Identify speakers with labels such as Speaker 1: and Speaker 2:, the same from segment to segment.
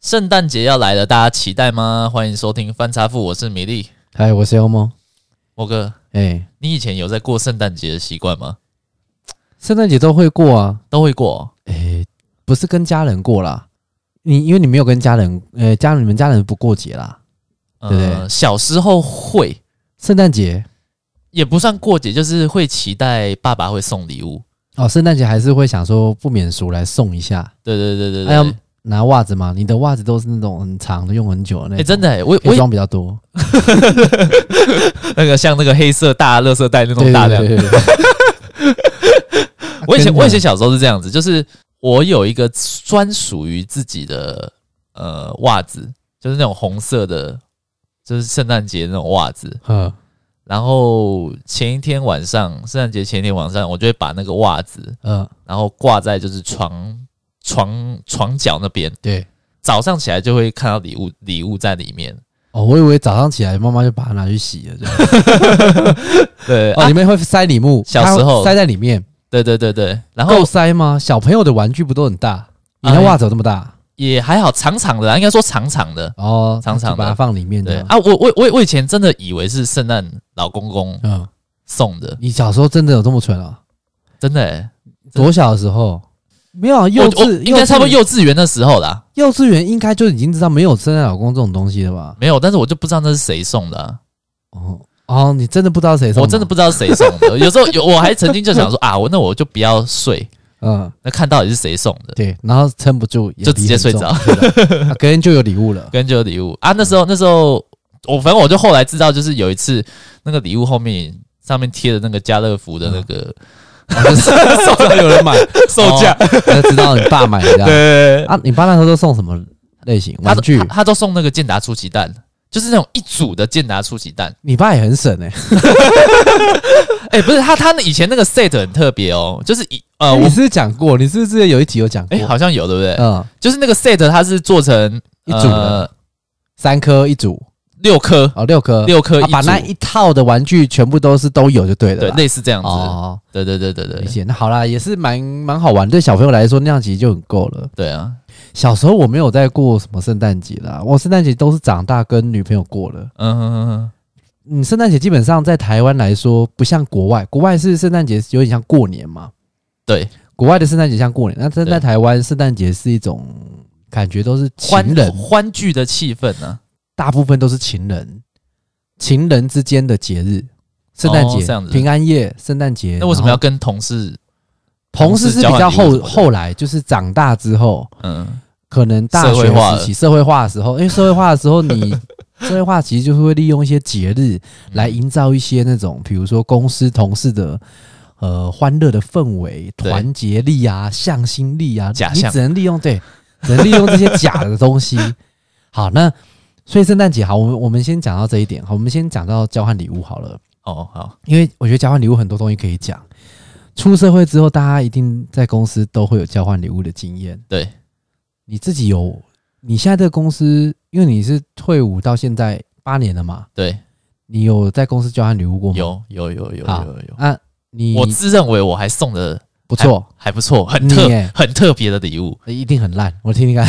Speaker 1: 圣诞节要来了，大家期待吗？欢迎收听翻查富，我是米粒。
Speaker 2: 嗨，哎我是欧梦。
Speaker 1: 莫哥，
Speaker 2: 哎、
Speaker 1: 你以前有在过圣诞节的习惯吗？
Speaker 2: 圣诞节都会过啊。
Speaker 1: 都会过哦、
Speaker 2: 哎、不是跟家人过啦，你因为你没有跟家人，呃、家人你们家人不过节啦。
Speaker 1: 呃
Speaker 2: 对不对
Speaker 1: 小时候会，
Speaker 2: 圣诞节
Speaker 1: 也不算过节，就是会期待爸爸会送礼物。
Speaker 2: 哦，圣诞节还是会想说不免俗来送一下。
Speaker 1: 对对对对对。
Speaker 2: 哎呀，拿袜子嘛，你的袜子都是那种很长的，用很久的那
Speaker 1: 哎、
Speaker 2: 种，
Speaker 1: 真的、欸，我
Speaker 2: 可
Speaker 1: 我
Speaker 2: 以装比较多，
Speaker 1: 那个像那个黑色大垃圾袋那种大量，
Speaker 2: 对啊对对对
Speaker 1: 我以前
Speaker 2: 真的
Speaker 1: 我以前小时候是这样子，就是我有一个专属于自己的呃袜子，就是那种红色的，就是圣诞节那种袜子。
Speaker 2: 嗯，
Speaker 1: 然后前一天晚上，圣诞节前一天晚上，我就会把那个袜子，
Speaker 2: 嗯，
Speaker 1: 然后挂在就是床床床角那边。
Speaker 2: 对。
Speaker 1: 早上起来就会看到礼物礼物在里面。
Speaker 2: 哦，我以为早上起来妈妈就把它拿去洗了，这样。
Speaker 1: 对，
Speaker 2: 哦，
Speaker 1: 啊
Speaker 2: 里面会塞礼物，
Speaker 1: 小时候
Speaker 2: 它塞在里面，
Speaker 1: 对对对对，然后
Speaker 2: 够塞吗？小朋友的玩具不都很大？你
Speaker 1: 哎
Speaker 2: 那袜子有这么大？
Speaker 1: 也还好，长长的啦，应该说长长的。
Speaker 2: 哦，
Speaker 1: 长长的
Speaker 2: 就把它放里面
Speaker 1: 对
Speaker 2: 的。
Speaker 1: 啊，我我我我以前真的以为是圣诞老公公
Speaker 2: 嗯，
Speaker 1: 送的，
Speaker 2: 你小时候真的有这么蠢啊？
Speaker 1: 真的、欸，
Speaker 2: 多小的时候没有啊幼
Speaker 1: 我我
Speaker 2: 稚，
Speaker 1: 应该差不多
Speaker 2: 幼稚
Speaker 1: 幼稚园的时候啦，
Speaker 2: 幼稚园应该就已经知道没有圣诞老公这种东西了吧？
Speaker 1: 没有，但是我就不知道那是谁送的啊、
Speaker 2: 哦哦，你真的不知道谁送的？啊
Speaker 1: 我真的不知道谁送的。有时候有我还曾经就想说啊，我那我就不要睡，
Speaker 2: 嗯
Speaker 1: 那看到底是谁送的，
Speaker 2: 对，然后撑不住也
Speaker 1: 就直接睡着，
Speaker 2: 离很重，对啊隔天就有礼 物了。
Speaker 1: 跟就有礼物啊。那时候那时候我反正我就后来知道，就是有一次那个礼物后面上面贴的那个家乐福的那个
Speaker 2: 哦就是
Speaker 1: 售价有人买，
Speaker 2: 嗯
Speaker 1: 售价
Speaker 2: 那知道你爸买的这 样
Speaker 1: 对，
Speaker 2: 啊？你爸那时候都送什么类型
Speaker 1: 他
Speaker 2: 玩
Speaker 1: 都
Speaker 2: 具
Speaker 1: 他？他都送那个健达出奇蛋。就是那种一组的健达出奇蛋，
Speaker 2: 你爸也很省哎，嗯
Speaker 1: 哎、不是他，他那以前那个 set 很特别哦，就是以呃，我
Speaker 2: 你哎是不是讲过，你是不是之前有一集有讲过
Speaker 1: 哎、？好像有对不对？
Speaker 2: 嗯，
Speaker 1: 就是那个 set 它是做成
Speaker 2: 一组的
Speaker 1: 呃、
Speaker 2: 三颗一组，
Speaker 1: 六颗，
Speaker 2: 哦，六颗，
Speaker 1: 六颗一
Speaker 2: 啊
Speaker 1: 组，
Speaker 2: 把那一套的玩具全部都是都有就对了
Speaker 1: 对
Speaker 2: 啦。
Speaker 1: 类似这样子，
Speaker 2: 哦，
Speaker 1: 对对对对对
Speaker 2: 理解。那好啦，也是蛮蛮好玩，对小朋友来说那样其实就很够了。
Speaker 1: 对啊，
Speaker 2: 小时候我没有在过什么圣诞节啦，我圣诞节都是长大跟女朋友过了。
Speaker 1: 嗯哼哼哼，
Speaker 2: 嗯，圣诞节基本上在台湾来说不像国外，国外是圣诞节有点像过年嘛，
Speaker 1: 对，
Speaker 2: 国外的圣诞节像过年，那但在
Speaker 1: 对
Speaker 2: 台湾圣诞节是一种感觉都是
Speaker 1: 欢
Speaker 2: 情人，
Speaker 1: 欢聚的气氛呢、
Speaker 2: 大部分都是情人，情人之间的节日，圣诞
Speaker 1: 哦
Speaker 2: 节
Speaker 1: 这样、子
Speaker 2: 平安夜、圣诞节。
Speaker 1: 那为什么
Speaker 2: 然
Speaker 1: 要
Speaker 2: 后
Speaker 1: 跟同事？
Speaker 2: 同事是比
Speaker 1: 同事交
Speaker 2: 较
Speaker 1: 换礼物
Speaker 2: 后
Speaker 1: 什么的
Speaker 2: 后来，就是长大之后，
Speaker 1: 嗯，
Speaker 2: 可能大
Speaker 1: 社会
Speaker 2: 学
Speaker 1: 化了
Speaker 2: 时期社会化的时候，因为社会化的时 候你，社会化其实就是会利用一些节日来营造一些那种，比如说公司同事的。呃，欢乐的氛围、
Speaker 1: 对
Speaker 2: 团结力啊、向心力啊，
Speaker 1: 假
Speaker 2: 你
Speaker 1: 象
Speaker 2: 只能利用对， 只能利用这些假的东西。好，那所以圣诞节好，我们我们先讲到这一点。好，我们先讲到交换礼物好了，
Speaker 1: 哦，好，
Speaker 2: 因为我觉得交换礼物很多东西可以讲。出社会之后，大家一定在公司都会有交换礼物的经验。
Speaker 1: 对，
Speaker 2: 你自己有，你现在这个公司，因为你是退伍到现在八年了嘛，
Speaker 1: 对，
Speaker 2: 你有在公司交换礼物过吗？
Speaker 1: 有有有有
Speaker 2: 好
Speaker 1: 有有，
Speaker 2: 啊，你
Speaker 1: 我自认为我还送的
Speaker 2: 不错，
Speaker 1: 还不错，很
Speaker 2: 你
Speaker 1: 特
Speaker 2: 耶
Speaker 1: 很特别的礼物，
Speaker 2: 一定很烂，我听听看，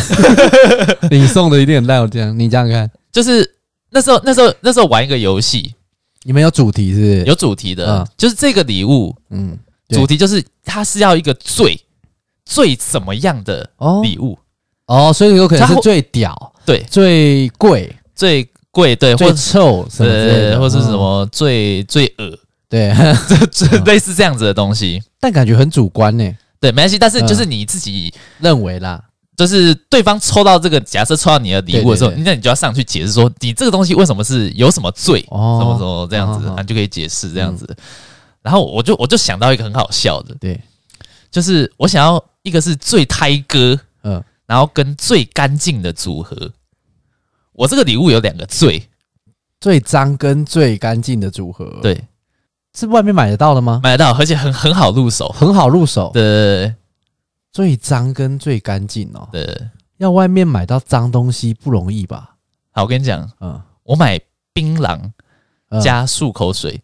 Speaker 2: 你送的一定很烂，我讲，你讲讲看，
Speaker 1: 就是那时候那时候那时候玩一个游戏，
Speaker 2: 你们有主题是不是？
Speaker 1: 有主题的，
Speaker 2: 嗯
Speaker 1: 就是这个礼物
Speaker 2: 嗯，对
Speaker 1: 主题就是它是要一个最最怎么样的
Speaker 2: 哦
Speaker 1: 礼物，
Speaker 2: 哦，所以有可能
Speaker 1: 他
Speaker 2: 是
Speaker 1: 会
Speaker 2: 最屌、
Speaker 1: 对，
Speaker 2: 最贵、
Speaker 1: 最贵，对，或
Speaker 2: 最
Speaker 1: 者
Speaker 2: 臭什么之类
Speaker 1: 对，
Speaker 2: 的，
Speaker 1: 或是什
Speaker 2: 嗯
Speaker 1: 么最最恶，
Speaker 2: 对，
Speaker 1: 这类似这样子的东西。
Speaker 2: 但感觉很主观呢，
Speaker 1: 对，没关系，但是
Speaker 2: 嗯
Speaker 1: 就是你自己，
Speaker 2: 认为啦，
Speaker 1: 就是对方抽到这个，假设抽到你的礼物的时候，
Speaker 2: 对对对
Speaker 1: 那你就要上去解释说，你这个东西为什么是有什么罪，
Speaker 2: 哦
Speaker 1: 什么什么这样子，
Speaker 2: 哦哦哦
Speaker 1: 然后就可以解释这样子。
Speaker 2: 嗯
Speaker 1: 然后我就我就想到一个很好笑的，
Speaker 2: 对，
Speaker 1: 就是我想要一个是最胎哥，
Speaker 2: 嗯，
Speaker 1: 然后跟最干净的组合。我这个礼物有两个最，
Speaker 2: 最脏跟最干净的组合，，
Speaker 1: 对，
Speaker 2: 是外面买得到的吗？
Speaker 1: 买得到，而且很很好入手。
Speaker 2: 很好入手，
Speaker 1: 对对
Speaker 2: 最脏跟最干净哦，
Speaker 1: 对对对，
Speaker 2: 要外面买到脏东西不容易吧？
Speaker 1: 好，我跟你讲，
Speaker 2: 嗯，
Speaker 1: 我买槟榔
Speaker 2: 嗯
Speaker 1: 加漱口水、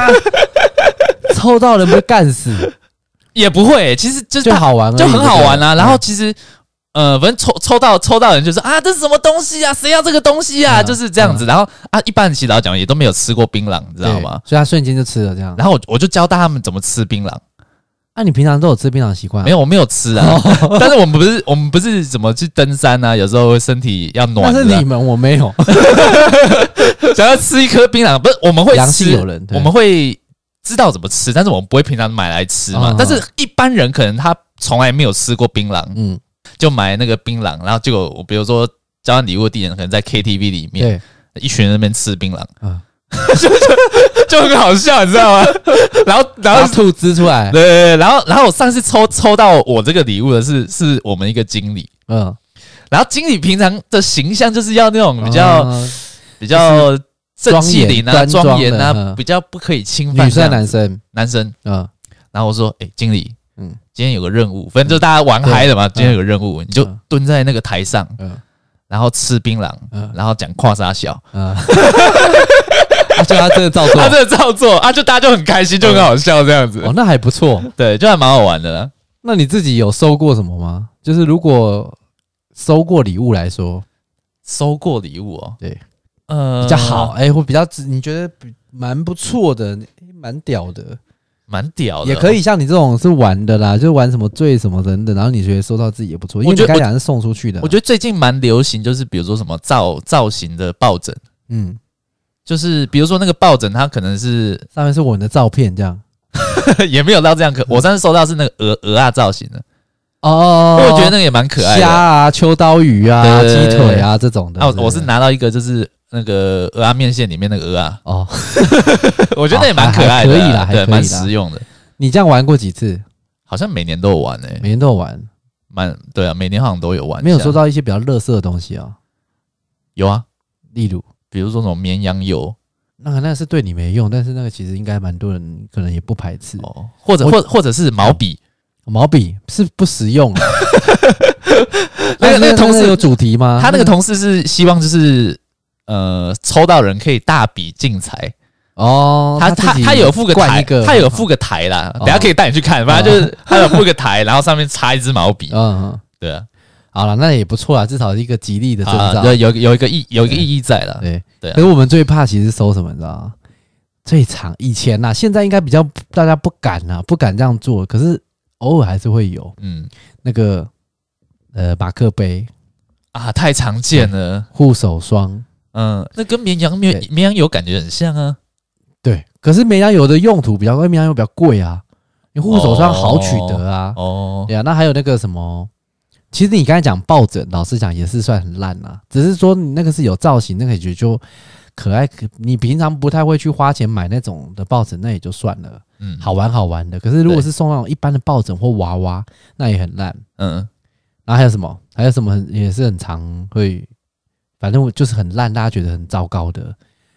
Speaker 2: 抽到人被干死
Speaker 1: 也不会、其实就是
Speaker 2: 就
Speaker 1: 它
Speaker 2: 好玩而已，
Speaker 1: 就很好玩
Speaker 2: 对
Speaker 1: 啊。
Speaker 2: 不对
Speaker 1: 然后其实呃，反正抽抽到抽到的人就说啊，这是什么东西啊？谁要这个东西啊？
Speaker 2: 嗯
Speaker 1: 就是这样子。然后啊，一般其实老实讲也都没有吃过槟榔，你知道吗？
Speaker 2: 对所以他瞬间就吃了这样。
Speaker 1: 然后我我就教大他们怎么吃槟榔。
Speaker 2: 那、你平常都有吃槟榔习惯、啊？
Speaker 1: 没有，我没有吃 啊，
Speaker 2: 哦
Speaker 1: 但是我们不是我们不是怎么去登山啊？有时候身体要暖
Speaker 2: 但
Speaker 1: 的
Speaker 2: 是
Speaker 1: 啊，
Speaker 2: 你们我没 有，
Speaker 1: 想要吃一颗槟榔，不是我们会
Speaker 2: 良心
Speaker 1: 吃，
Speaker 2: 有人，对
Speaker 1: 我们会知道怎么吃，但是我们不会平常买来吃嘛。
Speaker 2: 嗯
Speaker 1: 但是一般人可能他从来没有吃过槟榔，
Speaker 2: 嗯，
Speaker 1: 就买那个槟榔，然后结果我比如说交换礼物的地点可能在 KTV 里面，
Speaker 2: 对，
Speaker 1: 一群人在那边吃槟榔，
Speaker 2: 嗯，
Speaker 1: 就很好笑，你知道吗？ 然后然
Speaker 2: 把
Speaker 1: 后。
Speaker 2: 吐汁出来
Speaker 1: 对，对对，然后然后我上次抽抽到我这个礼物的是是我们一个经理，
Speaker 2: 嗯，
Speaker 1: 然后经理平常的形象就是要那种比较、
Speaker 2: 嗯
Speaker 1: 比较正气凛啊、
Speaker 2: 庄严端庄的
Speaker 1: 庄严啊，
Speaker 2: 嗯
Speaker 1: 比较不可以侵犯
Speaker 2: 女
Speaker 1: 这
Speaker 2: 生啊
Speaker 1: 样
Speaker 2: 男生，
Speaker 1: 男生。
Speaker 2: 嗯，
Speaker 1: 然后我说：“哎、经理，嗯
Speaker 2: 嗯，
Speaker 1: 今天有个任务，反正就大家玩嗨了嘛。今天有个任务，你就
Speaker 2: 嗯
Speaker 1: 蹲在那个台上，
Speaker 2: 嗯
Speaker 1: 然后吃槟榔，
Speaker 2: 嗯
Speaker 1: 然后讲跨沙小。
Speaker 2: 嗯，啊，就他真的照做，
Speaker 1: 他这照 做啊，就大家就很开心，就很好笑这样子。
Speaker 2: 哦，那还不错。
Speaker 1: 对，就还蛮好玩的啦。
Speaker 2: 那你自己有收过什么吗？就是如果收过礼物来说
Speaker 1: 收过礼物哦，
Speaker 2: 对，
Speaker 1: 呃，
Speaker 2: 比较好，，哎、或比较你觉得比蛮不错的，蛮屌的，
Speaker 1: 蛮屌的，
Speaker 2: 也可。以像你这种是玩的啦，就玩什么醉什么等等，然后你觉得收到自己也不错，因为
Speaker 1: 我觉
Speaker 2: 你
Speaker 1: 得
Speaker 2: 刚才讲是送出去的嘛，
Speaker 1: 我觉得最近蛮流行，就是比如说什么造造型的抱枕。”
Speaker 2: 嗯，
Speaker 1: 就是比如说那个抱枕，它可能是
Speaker 2: 上面是我的照片这样。
Speaker 1: 也没有到这样可。我上次收到是那个鹅鹅啊造型的，
Speaker 2: 哦
Speaker 1: 因为我觉得那个也蛮可爱的。
Speaker 2: 虾
Speaker 1: 啊，
Speaker 2: 啊、秋刀鱼啊、
Speaker 1: 对对对
Speaker 2: 鸡腿啊这种的。
Speaker 1: 我
Speaker 2: 对
Speaker 1: 我是拿到一个就是那个鹅啊面线里面那个鹅啊，
Speaker 2: 哦，
Speaker 1: 我觉得那也蛮可爱的，
Speaker 2: 还可以啦还可
Speaker 1: 对，
Speaker 2: 以啦
Speaker 1: 蛮实用的。
Speaker 2: 你这样玩过几次？
Speaker 1: 好像每年都有玩欸诶、
Speaker 2: 每天都有玩，
Speaker 1: 蛮对啊，每年好像都有玩一下。
Speaker 2: 没有收到一些比较垃圾的东西啊，
Speaker 1: 有啊，
Speaker 2: 例如。
Speaker 1: 比如说什么绵羊油
Speaker 2: 那个那是对你没用，但是那个其实应该蛮多人可能也不排斥。
Speaker 1: 哦，或者
Speaker 2: 我
Speaker 1: 或或者是毛笔，。
Speaker 2: 毛笔是不实用啊
Speaker 1: 那个那个同事
Speaker 2: 有主题吗？
Speaker 1: 他那个同事是希望就是呃抽到人可以大笔进财。
Speaker 2: 哦，
Speaker 1: 他
Speaker 2: 自
Speaker 1: 他
Speaker 2: 己
Speaker 1: 他有附个
Speaker 2: 灌
Speaker 1: 台
Speaker 2: 一个，，
Speaker 1: 他有附个台啦，
Speaker 2: 哦
Speaker 1: 等下可以带你去看。反正就是他有附个台，然后上面插一支毛笔
Speaker 2: 嗯。嗯，
Speaker 1: 对啊，
Speaker 2: 好了，那也不错啦，啊至少一个吉利的征
Speaker 1: 啊，
Speaker 2: 兆。
Speaker 1: 对有有一个意有一个意义在了。
Speaker 2: 对
Speaker 1: 对啊啊
Speaker 2: 可是我们最怕其实收什么，你知道吗？最常以前呐、现在应该比较大家不敢啦、不敢这样做。可是偶尔还是会有
Speaker 1: 嗯
Speaker 2: 那个呃马克杯、
Speaker 1: 啊，太常见了。
Speaker 2: 护手霜，
Speaker 1: 嗯，那跟绵羊没有
Speaker 2: 对
Speaker 1: 绵羊油感觉很像啊。
Speaker 2: 对。可是绵羊油的用途比较，因为绵羊油比较贵啊，你护手霜好取得啊，
Speaker 1: 哦，
Speaker 2: 对啊。那还有那个什么，其实你刚才讲抱枕，老实讲也是算很烂啦、只是说你那个是有造型，那个也觉得就可爱。可你平常不太会去花钱买那种的抱枕，那也就算了。
Speaker 1: 嗯，
Speaker 2: 好，玩好玩的。可是如
Speaker 1: 对
Speaker 2: 果是送那种一般的抱枕或娃娃，那也很烂。
Speaker 1: 嗯，
Speaker 2: 然后还有什么？还有什么很也是很常会，反正我就是很烂，大家觉得很糟糕的，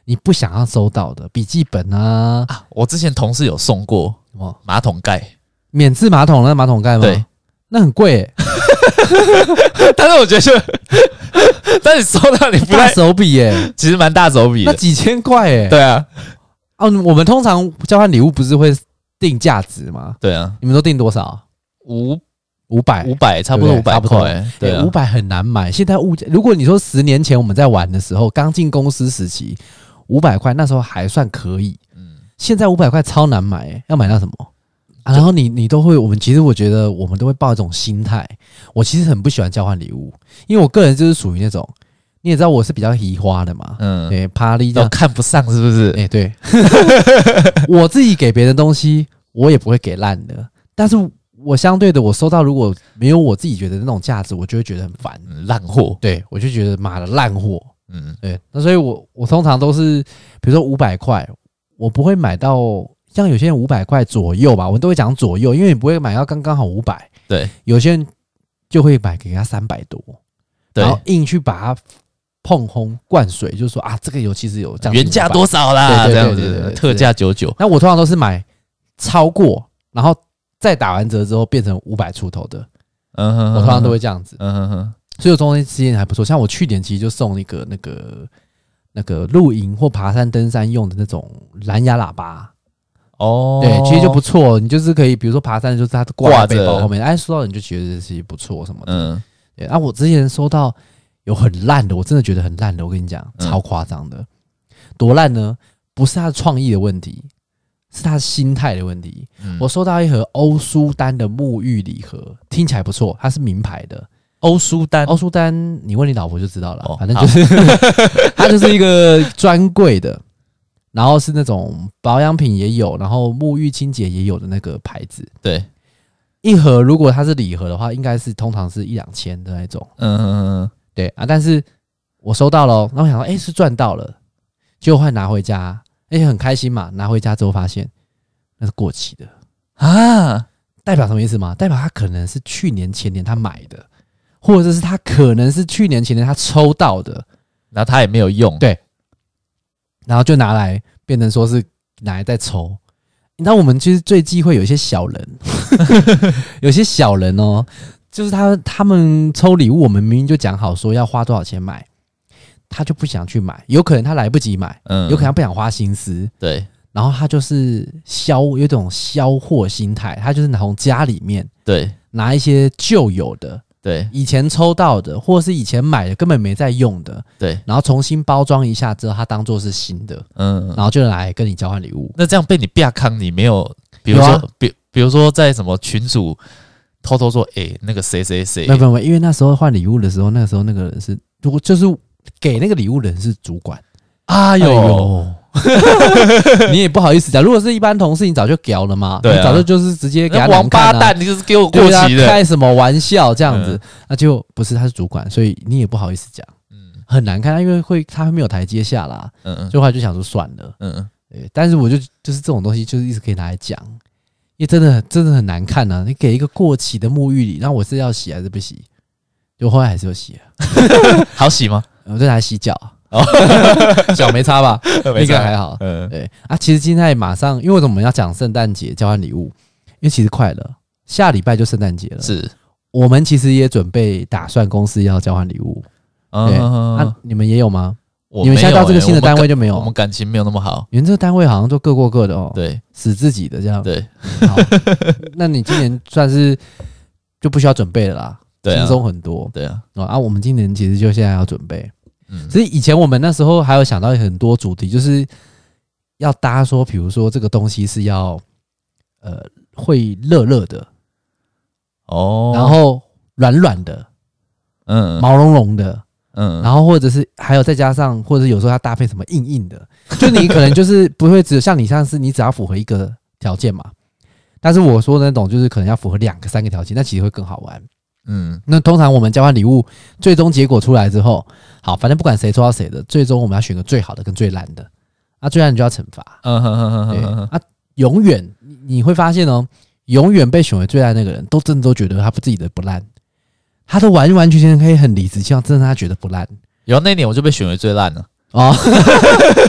Speaker 2: 你不想要收到的笔记本啊，
Speaker 1: 啊，我之前同事有送过
Speaker 2: 什么
Speaker 1: 马桶盖，
Speaker 2: 免治马桶那马桶盖吗？
Speaker 1: 对，
Speaker 2: 那很贵、欸，
Speaker 1: 但是我觉得， 但是收到你不
Speaker 2: 大
Speaker 1: 太，
Speaker 2: 手笔耶、
Speaker 1: 其实蛮大手笔
Speaker 2: 那
Speaker 1: 的。
Speaker 2: 几千块哎、
Speaker 1: 对啊，
Speaker 2: 哦，我们通常交换礼物不是会定价值吗？
Speaker 1: 对啊，
Speaker 2: 你们都定多少？
Speaker 1: 五
Speaker 2: 五百
Speaker 1: 五百差不多
Speaker 2: 对
Speaker 1: 五
Speaker 2: 不
Speaker 1: 百
Speaker 2: 对差不多
Speaker 1: 块，对啊
Speaker 2: 五，百很难买。现在物价，如果你说十年前我们在玩的时候，刚进公司时期，五百块那时候还算可以，
Speaker 1: 嗯，
Speaker 2: 现在五百块超难买、欸要买到什么？啊、然后你你都会，我们其实我觉得我们都会抱一种心态。我其实很不喜欢交换礼物，因为我个人就是属于那种，你也知道我是比较移花的嘛，
Speaker 1: 嗯，
Speaker 2: 对，啪哩这
Speaker 1: 都
Speaker 2: 样，
Speaker 1: 看不上是不是？
Speaker 2: 哎、对， 我自己给别人东西，我也不会给烂的，但是我相对的，我收到如果没有我自己觉得那种价值，我就会觉得很烦。
Speaker 1: 嗯烂货，
Speaker 2: 对我就觉得妈的烂货，
Speaker 1: 嗯，
Speaker 2: 对，那所以我我通常都是，比如说五百块，我不会买到像有些人五百块左右吧，我们都会讲左右，因为你不会买到刚刚好五百，
Speaker 1: 对
Speaker 2: 有些人就会买给他三百多，
Speaker 1: 对
Speaker 2: 然，后硬去把它碰轰灌水，就说啊这个油其实有降低
Speaker 1: 原价
Speaker 2: 500
Speaker 1: 多。少啦？
Speaker 2: 对
Speaker 1: 这
Speaker 2: 对
Speaker 1: 样
Speaker 2: 对对对
Speaker 1: 子，
Speaker 2: 对
Speaker 1: 特价九九，
Speaker 2: 那我通常都是买超过，然后再打完折之后变成五百出头的，
Speaker 1: 嗯哼，
Speaker 2: 我通常都会这样子。
Speaker 1: 嗯哼哼，
Speaker 2: 所以我中间时间还不错。像我去年其实就送一个那个那个露营或爬山登山用的那种蓝牙喇叭，
Speaker 1: 哦，
Speaker 2: 对，其实就不错。你就是可以，比如说爬山，就是它挂
Speaker 1: 挂
Speaker 2: 在
Speaker 1: 着
Speaker 2: 背包后面，哎，收到你就觉得这是不错什么的。
Speaker 1: 嗯，
Speaker 2: 对啊，我之前收到有很烂的，我真的觉得很烂的，我跟你讲，
Speaker 1: 嗯
Speaker 2: 超夸张的，多烂呢？不是他的创意的问题，是他的心态的问题。
Speaker 1: 嗯
Speaker 2: 我收到一盒欧舒丹的沐浴礼盒，听起来不错，它是名牌的。
Speaker 1: 欧舒丹
Speaker 2: 欧舒丹，你问你老婆就知道了，
Speaker 1: 哦
Speaker 2: 反正就是 它就是一个专柜的，然后是那种保养品也有，然后沐浴清洁也有的那个牌子。
Speaker 1: 对，
Speaker 2: 一盒如果它是礼盒的话，应该是通常是一两千的那种。
Speaker 1: 嗯嗯嗯
Speaker 2: 对啊，但是我收到了哦，然后我想说，哎、是赚到了，结果后来拿回家，而且很开心嘛。拿回家之后发现那是过期的，
Speaker 1: 嗯啊，
Speaker 2: 代表什么意思吗？代表他可能是去年前年他买的，或者是他可能是去年前年他抽到的，
Speaker 1: 然后他也没有用，
Speaker 2: 对然后就拿来变成说是拿来再抽。你知道我们其实最忌讳有一些小人， 有些小人哦，就是他他们抽礼物，我们明明就讲好说要花多少钱买，他就不想去买，有可能他来不及买，
Speaker 1: 嗯，
Speaker 2: 有可能他不想花心思，
Speaker 1: 对
Speaker 2: 然后他就是销有一种销货心态，他就是从家里面
Speaker 1: 对
Speaker 2: 拿一些旧有的、
Speaker 1: 对
Speaker 2: 以前抽到的，或者是以前买的根本没在用的，
Speaker 1: 对，
Speaker 2: 然后重新包装一下之后，他当做是新的，
Speaker 1: 嗯，嗯
Speaker 2: 然后就来跟你交换礼物。
Speaker 1: 那这样被你啪康，你没有，比如
Speaker 2: 有
Speaker 1: 说，
Speaker 2: 啊
Speaker 1: 比比如说在什么群组偷偷说，哎、那个谁谁谁
Speaker 2: 没，有没有，没有因为那时候换礼物的时候，那个时候那个人是，如果就是给那个礼物的人是主管，
Speaker 1: 啊
Speaker 2: 哎
Speaker 1: 哟，
Speaker 2: 呦你也不好意思讲。如果是一般同事，你早就屌了嘛，
Speaker 1: 对啊
Speaker 2: 你早就就是直接给他
Speaker 1: 那
Speaker 2: 难
Speaker 1: 王八
Speaker 2: 看啊
Speaker 1: 蛋，你就是给我过
Speaker 2: 对啊
Speaker 1: 期的，
Speaker 2: 开什么玩笑这样子
Speaker 1: 嗯？
Speaker 2: 那就不是他是主管，所以你也不好意思讲，
Speaker 1: 嗯
Speaker 2: 很难看，因为会他会没有台阶下啦。
Speaker 1: 嗯嗯
Speaker 2: 所以后来就想说算了，
Speaker 1: 嗯嗯，
Speaker 2: 对。但是我就就是这种东西，就是一直可以拿来讲，因为真的很真的很难看呢、你给一个过期的沐浴礼，那我是要洗还是不洗？就后来还是有洗、啊，
Speaker 1: 好洗吗？
Speaker 2: 我就拿来洗脚啊
Speaker 1: 哦，
Speaker 2: 脚没擦吧？
Speaker 1: 没
Speaker 2: 应
Speaker 1: 事
Speaker 2: 该，还好。
Speaker 1: 嗯
Speaker 2: 对啊，其实今天也马上，因为为什么我们要讲圣诞节交换礼物？因为其实快了，下礼拜就圣诞节了。
Speaker 1: 是，
Speaker 2: 我们其实也准备打算公司要交换礼物，对
Speaker 1: 嗯，
Speaker 2: 啊，你们也有吗？
Speaker 1: 我
Speaker 2: 你们现在到这个新的单位
Speaker 1: 就
Speaker 2: 就没有
Speaker 1: 我们感情没有那么好，
Speaker 2: 你们这个单位好像都各过各的哦，，
Speaker 1: 对
Speaker 2: 死自己的这样。
Speaker 1: 对
Speaker 2: 好，那你今年算是就不需要准备了啦，
Speaker 1: 对啊
Speaker 2: 轻，松很多
Speaker 1: 对啊，
Speaker 2: 哦啊。我们今年其实就现在要准备，
Speaker 1: 嗯
Speaker 2: 所以以前我们那时候还有想到很多主题，就是要搭说，比如说这个东西是要呃会热热的，
Speaker 1: 哦，
Speaker 2: 然后软软的，
Speaker 1: 嗯嗯
Speaker 2: 毛茸茸的，
Speaker 1: 嗯，
Speaker 2: 然后或者是还有再加上，或者有时候它搭配什么硬硬的， 就你可能就是不会只有像你上次，你只要符合一个条件嘛。但是我说的那种就是可能要符合两个、三个条件，那其实会更好玩。
Speaker 1: 嗯
Speaker 2: 那通常我们交换礼物，最终结果出来之后，好，反正不管谁抽到谁的，最终我们要选个最好的跟最烂的，啊，最烂你就要惩罚。
Speaker 1: 嗯哼哼哼
Speaker 2: 对
Speaker 1: 哼哼哼，
Speaker 2: 啊，永远你你会发现哦，永远被选为最烂那个人都真的都觉得他自己的不烂，他都完完全全可以很理直气壮，真的他觉得不烂。
Speaker 1: 然啊后那年我就被选为最烂了，
Speaker 2: 哦，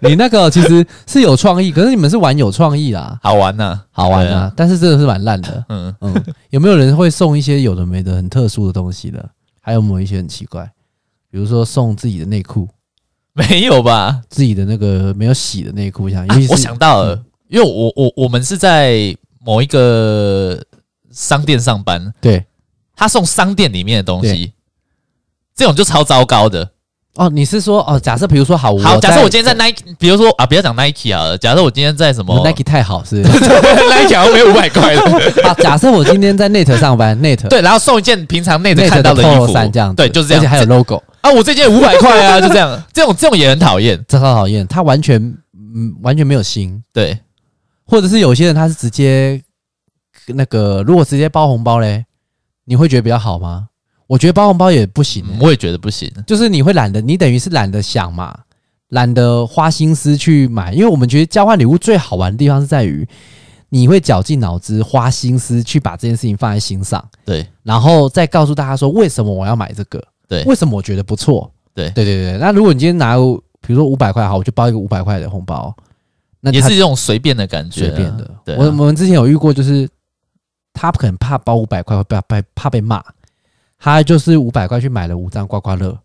Speaker 2: 你那个其实是有创意，可是你们是玩有创意啦，
Speaker 1: 好玩呐，
Speaker 2: 好玩
Speaker 1: 对
Speaker 2: 啊
Speaker 1: 啊，
Speaker 2: 但是真的是蛮烂 的。
Speaker 1: 嗯，
Speaker 2: 嗯，有没有人会送一些有的没的很特殊的东西的？还有没有一些很奇怪？比如说送自己的内裤，
Speaker 1: 没有吧？
Speaker 2: 自己的那个没有洗的内裤，像尤
Speaker 1: 啊
Speaker 2: 其是、嗯
Speaker 1: 我想到了，因为我我我们是在某一个商店上班，
Speaker 2: 对
Speaker 1: 他送商店里面的东西，这种就超糟糕的。
Speaker 2: 哦，你是说哦，假设比如说好，
Speaker 1: 好，假设我今天在哦
Speaker 2: 在
Speaker 1: Nike，比如说啊，不要讲 Nike 好了，假设我今天在什么
Speaker 2: 我 Nike 太好是不 是
Speaker 1: Nike 好像没有五百块的，
Speaker 2: 啊，假设我今天在 Net 上班 ，Net
Speaker 1: 对，然后送一件平常内着
Speaker 2: Net
Speaker 1: 看到的衣
Speaker 2: 的
Speaker 1: 服，
Speaker 2: 衫这样子，
Speaker 1: 对，就是这
Speaker 2: 而
Speaker 1: 样，
Speaker 2: 且还有 logo。
Speaker 1: 啊，我这件五百块 啊，就这样，这种这种也很讨厌，
Speaker 2: 这超讨厌，他完全嗯完全没有心，
Speaker 1: 对，
Speaker 2: 或者是有些人他是直接那个，如果直接包红包嘞，你会觉得比较好吗？我觉得包红包也不行欸、
Speaker 1: 嗯我也觉得不行，
Speaker 2: 就是你会懒得，你等于是懒得想嘛，懒得花心思去买，因为我们觉得交换礼物最好玩的地方是在于你会绞尽脑汁花心思去把这件事情放在心上。
Speaker 1: 对
Speaker 2: 然后再告诉大家说为什么我要买这个，
Speaker 1: 对
Speaker 2: 为什么我觉得不错，
Speaker 1: 对
Speaker 2: 对对对。那如果你今天拿比如说五百块好，我就包一个五百块的红包，那
Speaker 1: 也
Speaker 2: 他
Speaker 1: 是这种随便的感觉
Speaker 2: 随
Speaker 1: 啊，
Speaker 2: 便的。
Speaker 1: 对啊
Speaker 2: 我我们之前有遇过，就是他可能怕包五百块会被怕怕被骂，他就是五百块去买了五张刮刮乐，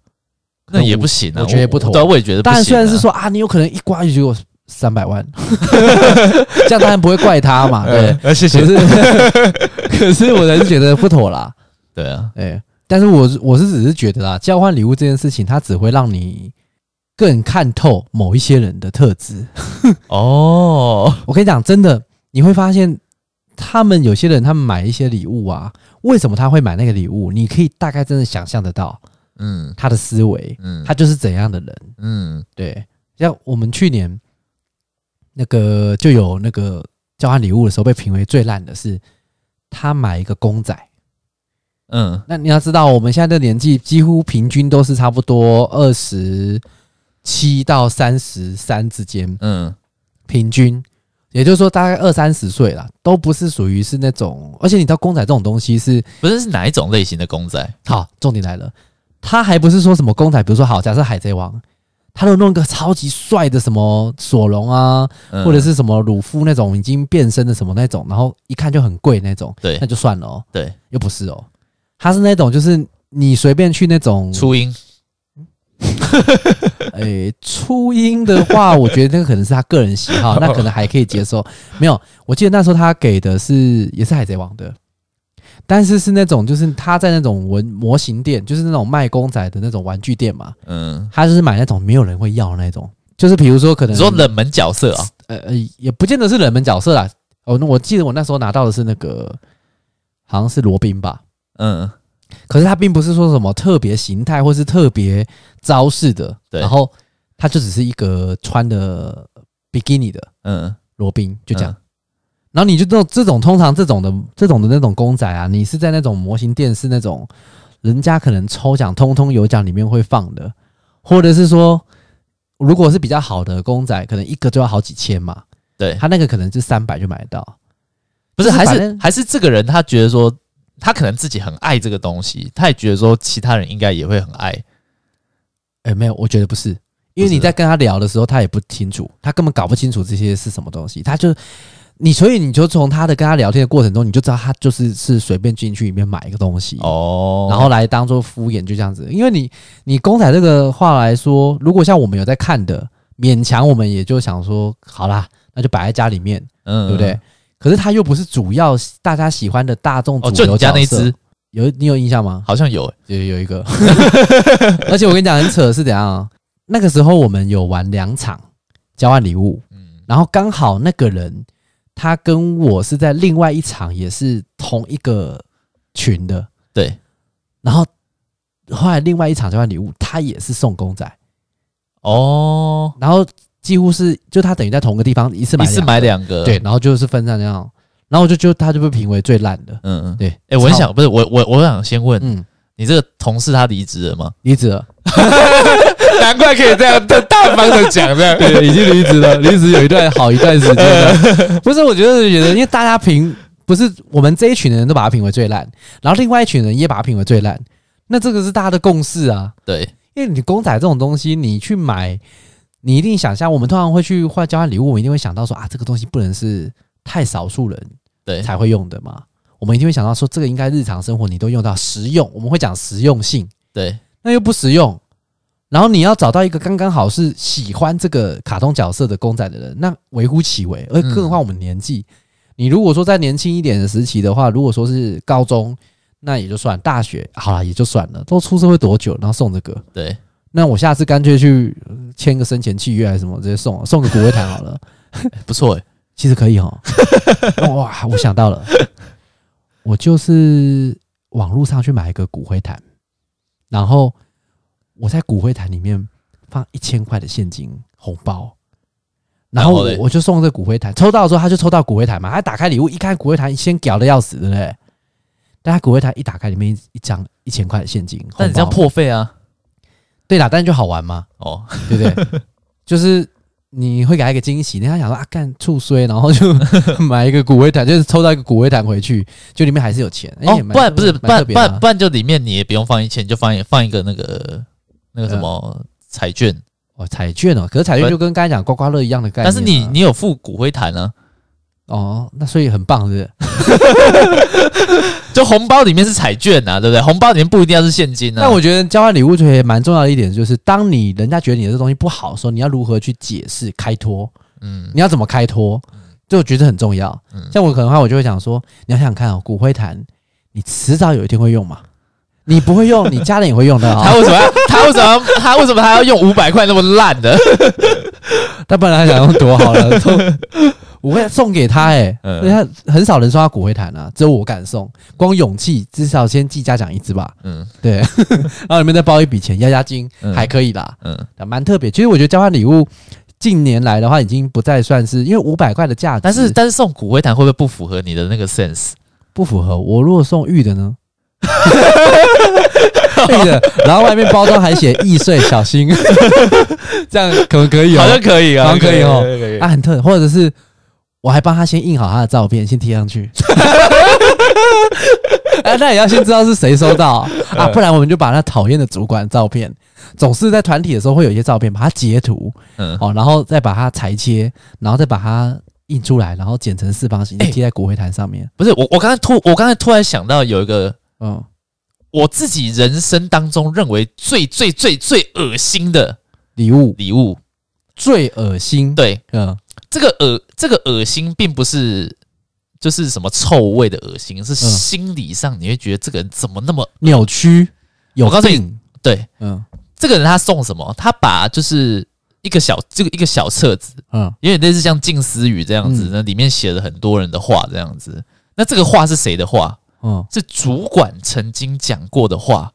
Speaker 1: 那也不行啊，
Speaker 2: 我觉得不妥
Speaker 1: 对啊，我也觉得不
Speaker 2: 当
Speaker 1: 行啊，
Speaker 2: 然虽然是说啊，你有可能一刮就结果三百 万，这样当然不会怪他 嘛，对。
Speaker 1: 呃，谢
Speaker 2: 可是可是我还是觉得不妥啦，
Speaker 1: 对啊，
Speaker 2: 哎、但是我是我是只是觉得啦，交换礼物这件事情，它只会让你更看透某一些人的特质。
Speaker 1: 哦，
Speaker 2: 我跟你讲，真的，你会发现，他们有些人他们买一些礼物啊，为什么他会买那个礼物？你可以大概真的想象得到
Speaker 1: 嗯
Speaker 2: 他的思维，
Speaker 1: 嗯，
Speaker 2: 他就是怎样的人。
Speaker 1: 嗯
Speaker 2: 对，像我们去年那个就有那个交换礼物的时候被评为最烂的是，他买一个公仔。
Speaker 1: 嗯
Speaker 2: 那你要知道，我们现在的年纪几乎平均都是差不多二十七到三十三之间，
Speaker 1: 嗯
Speaker 2: 平均，也就是说大概二三十岁啦，都不是属于是那种，而且你知道公仔这种东西是
Speaker 1: 不是是哪一种类型的公仔？
Speaker 2: 好，重点来了，他还不是说什么公仔，比如说好，假设海贼王，他都弄个超级帅的什么索隆啊，
Speaker 1: 嗯
Speaker 2: 或者是什么鲁夫那种已经变身的什么那种，然后一看就很贵那种，
Speaker 1: 对
Speaker 2: 那就算了哦，
Speaker 1: 对
Speaker 2: 又不是哦，他是那种就是你随便去那种
Speaker 1: 初音，
Speaker 2: 诶、初音的话，我觉得那个可能是他个人喜 好，那可能还可以接受。没有，我记得那时候他给的是也是海贼王的，但是是那种就是他在那种文模型店，就是那种卖公仔的那种玩具店嘛，
Speaker 1: 嗯，
Speaker 2: 他就是买那种没有人会要的那种，就是比如说可能
Speaker 1: 你说冷门角色啊？
Speaker 2: 呃呃也不见得是冷门角色啦。哦，那我记得我那时候拿到的是那个好像是罗宾吧，
Speaker 1: 嗯
Speaker 2: 可是他并不是说什么特别形态或是特别招式的，
Speaker 1: 对
Speaker 2: 然后他就只是一个穿的比基尼的
Speaker 1: 嗯，
Speaker 2: 罗宾，就这样。
Speaker 1: 嗯
Speaker 2: 然后你就这种这种通常这种的这种的那种公仔啊，你是在那种模型店是那种人家可能抽奖通通有奖里面会放的，或者是说如果是比较好的公仔，可能一个就要好几千嘛，
Speaker 1: 对，
Speaker 2: 他那个可能就三百就买得到。
Speaker 1: 不是
Speaker 2: 就是
Speaker 1: 还
Speaker 2: 反
Speaker 1: 是
Speaker 2: 正
Speaker 1: 还是这个人他觉得说他可能自己很爱这个东西，他也觉得说其他人应该也会很爱。
Speaker 2: 哎、没有，我觉得不是，因为你在跟他聊的时候，他也不清楚，他根本搞不清楚这些是什么东西，他就你，所以你就从他的跟他聊天的过程中，你就知道他就是是随便进去里面买一个东西，
Speaker 1: 哦，
Speaker 2: 然后来当做敷衍，就这样子。因为你你公仔这个话来说，如果像我们有在看的，勉强我们也就想说，好啦，那就摆在家里面，
Speaker 1: 嗯
Speaker 2: 对不对？？可是他又不是主要大家喜欢的大众主
Speaker 1: 哦，
Speaker 2: 流
Speaker 1: 就你
Speaker 2: 角色、
Speaker 1: 家那一只
Speaker 2: 有你有印象吗？
Speaker 1: 好像有欸，
Speaker 2: 有有一个， 而且我跟你讲很扯是怎样啊？那个时候我们有玩两场交换礼物，
Speaker 1: 嗯
Speaker 2: 然后刚好那个人他跟我是在另外一场也是同一个群的，
Speaker 1: 对，
Speaker 2: 然后后来另外一场交换礼物他也是送公仔，
Speaker 1: 哦，
Speaker 2: 然后几乎是就他等于在同个地方一次买
Speaker 1: 一次
Speaker 2: 两
Speaker 1: 哦买
Speaker 2: 个
Speaker 1: 两个，
Speaker 2: 对，，然后就是分散那样，然后就就他就被评为最烂的，
Speaker 1: 嗯嗯。
Speaker 2: 对，
Speaker 1: 哎、我很
Speaker 2: 超
Speaker 1: 想，不是我我我想先问、
Speaker 2: 嗯
Speaker 1: 你，这个同事他离职了吗？
Speaker 2: 离职了，
Speaker 1: 难怪可以这样大大方的讲这样。
Speaker 2: 对，已经离职了，离职有一段好一段时间了。不是，我觉得觉得，因为大家评不是我们这一群人都把它评为最烂，然后另外一群人也把它评为最烂，那这个是大家的共识啊。
Speaker 1: 对，
Speaker 2: 因为你公仔这种东西，你去买，你一定想象，我们通常会去换交换礼物，我们一定会想到说啊，这个东西不能是太少数人
Speaker 1: 对
Speaker 2: 才会用的嘛。我们一定会想到说，这个应该日常生活你都用到实用，我们会讲实用性。
Speaker 1: 对，
Speaker 2: 那又不实用。然后你要找到一个刚刚好是喜欢这个卡通角色的公仔的人，那微乎其微。而
Speaker 1: 嗯
Speaker 2: 更何况我们年纪，你如果说在年轻一点的时期的话，如果说是高中，那也就算；大学好啦，也就算了。都出社会多久，然后送这个？
Speaker 1: 对，
Speaker 2: 那我下次干脆去呃签个生前契约还是什么，直接送送个骨灰坛好了。
Speaker 1: 不错哎，
Speaker 2: 其实可 以哦。哇，我想到了，我就是网络上去买一个骨灰坛，然后我在骨灰坛里面放一千块的现金红包。然后
Speaker 1: 然后嘞
Speaker 2: 我我就送这个骨灰坛，抽到的时候他就抽到骨灰坛嘛，他打开礼物一看骨灰坛，先屌的要死，对不对？但他骨灰坛一打开，里面一一张一千块的现金，
Speaker 1: 但你这样
Speaker 2: 红包
Speaker 1: 破费啊，
Speaker 2: 对啦，但是就好玩嘛，
Speaker 1: 哦，
Speaker 2: 对不对？ 就是你会给他一个惊喜，人家想说啊，干醋衰，然后就 买一个骨灰坛，就是抽到一个骨灰坛回去，就里面还是有钱。哎
Speaker 1: 哦
Speaker 2: 也，蛮
Speaker 1: 不然不是，
Speaker 2: 蛮
Speaker 1: 不然
Speaker 2: 特
Speaker 1: 不
Speaker 2: 别的啊
Speaker 1: 然不然就里面你也不用放一千，你就放一放一个那个那个什么彩券，
Speaker 2: 哦，彩券哦，可是彩券就跟刚才讲刮刮乐一样的概念啊、
Speaker 1: 但是你你有付骨灰坛啊，
Speaker 2: 哦，那所以很棒，是不
Speaker 1: 嗯
Speaker 2: 是？
Speaker 1: 就红包里面是彩券啊，对不对？红包里面不一定要是现金啊。
Speaker 2: 那我觉得交换礼物觉得蛮重要的一点就是，当你人家觉得你的这东西不好的时候，你要如何去解释开脱？
Speaker 1: 嗯
Speaker 2: 你要怎么开脱？这我觉得很重要。
Speaker 1: 嗯
Speaker 2: 像我可能的话，我就会讲说，你要想想看哦，骨灰坛，你迟早有一天会用嘛。你不会用，你家人也会用的
Speaker 1: 他
Speaker 2: 啊、
Speaker 1: 为什么要？他为什么要？他为什么他要用五百块那么烂的？
Speaker 2: 他本来想用多好 了，都我会送给他哎、欸，
Speaker 1: 嗯
Speaker 2: 因为他很少人说他骨灰坛啊，只有我敢送。光勇气至少先寄嘉奖一支吧，
Speaker 1: 嗯
Speaker 2: 对，然后里面再包一笔钱压压惊，
Speaker 1: 嗯
Speaker 2: 还可以啦，
Speaker 1: 嗯，
Speaker 2: 蛮特别。其实我觉得交换礼物近年来的话，已经不再算是因为五百块的价值，
Speaker 1: 但是但是送骨灰坛会不会不符合你的那个 sense？
Speaker 2: 不符合。我如果送玉 的呢？玉的，然后外面包装还写易碎，小心， 这样可能可以哦
Speaker 1: 好。像可以啊，
Speaker 2: 好像可以哦
Speaker 1: 可以。
Speaker 2: 啊，
Speaker 1: 可以
Speaker 2: 很特，或者是我还帮他先印好他的照片，先贴上去。 啊，那也要先知道是谁收到啊啊，
Speaker 1: 嗯
Speaker 2: 不然我们就把那讨厌的主管照片，总是在团体的时候会有一些照片，把它截图
Speaker 1: 嗯，
Speaker 2: 哦，然后再把它裁切，然后再把它印出来，然后剪成四方形，
Speaker 1: 哎
Speaker 2: 贴在骨灰坛上面。
Speaker 1: 不是我我刚才突我刚才突然想到有一个
Speaker 2: 嗯，
Speaker 1: 我自己人生当中认为最最最最恶心的
Speaker 2: 礼物
Speaker 1: 礼物，
Speaker 2: 最恶心。，
Speaker 1: 对，
Speaker 2: 嗯，
Speaker 1: 这个恶这个恶心并不是就是什么臭味的恶心，是心理上你会觉得这个人怎么那么
Speaker 2: 扭曲，有
Speaker 1: 我告诉你
Speaker 2: 病。
Speaker 1: 对。
Speaker 2: 嗯
Speaker 1: 这个人他送什么？他把就是一个小这个一个小册子，
Speaker 2: 嗯，
Speaker 1: 有点类似像近思语这样子
Speaker 2: 嗯，
Speaker 1: 那、里面写了很多人的话这样子。那这个话是谁的话？
Speaker 2: 嗯，
Speaker 1: 是主管曾经讲过的话，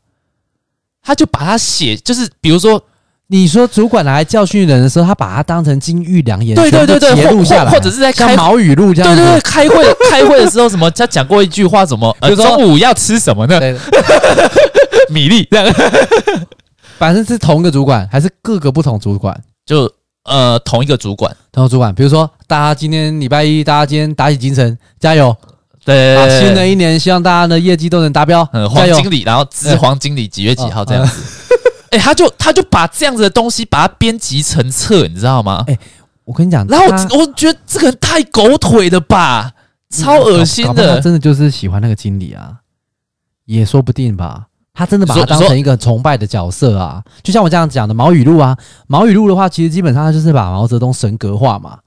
Speaker 1: 他就把它写，就是比如说，
Speaker 2: 你说主管拿来教训人的时候，他把它当成金玉良言，
Speaker 1: 对对对对
Speaker 2: 全部截录
Speaker 1: 或
Speaker 2: 下来，
Speaker 1: 或或者是在开
Speaker 2: 像毛语录这
Speaker 1: 对
Speaker 2: 样
Speaker 1: 对
Speaker 2: 子。
Speaker 1: 对，开会 开会的时候，什么他讲过一句话，什 么
Speaker 2: 比
Speaker 1: 呃
Speaker 2: 如说
Speaker 1: 中午要吃什么呢？
Speaker 2: 对
Speaker 1: 米粒这样，
Speaker 2: 反正是同一个主管，还是各个不同主管？
Speaker 1: 就呃同一个主管，
Speaker 2: 同一个主管，比如说大家今天礼拜一，大家今天打起精神，加油！
Speaker 1: 对
Speaker 2: 啊，新的一年希望大家的业绩都能达标，
Speaker 1: 嗯，
Speaker 2: 加
Speaker 1: 呃黄
Speaker 2: 油！啊哦
Speaker 1: 经理，然后知
Speaker 2: 嗯
Speaker 1: 黄经理几月几号这样子。哎、他就他就把这样子的东西把它编辑成册，你知道吗？
Speaker 2: 哎我跟你讲，
Speaker 1: 然后
Speaker 2: 他
Speaker 1: 我我觉得这个人太狗腿了吧，超恶心
Speaker 2: 搞不好
Speaker 1: 的
Speaker 2: 他。真的就是喜欢那个经理啊，也说不定吧。他真的把
Speaker 1: 你
Speaker 2: 他
Speaker 1: 说
Speaker 2: 当成一个崇拜的角色啊，就像我这样讲的毛语录啊，毛语录的话，其实基本上他就是把毛泽东神格化嘛，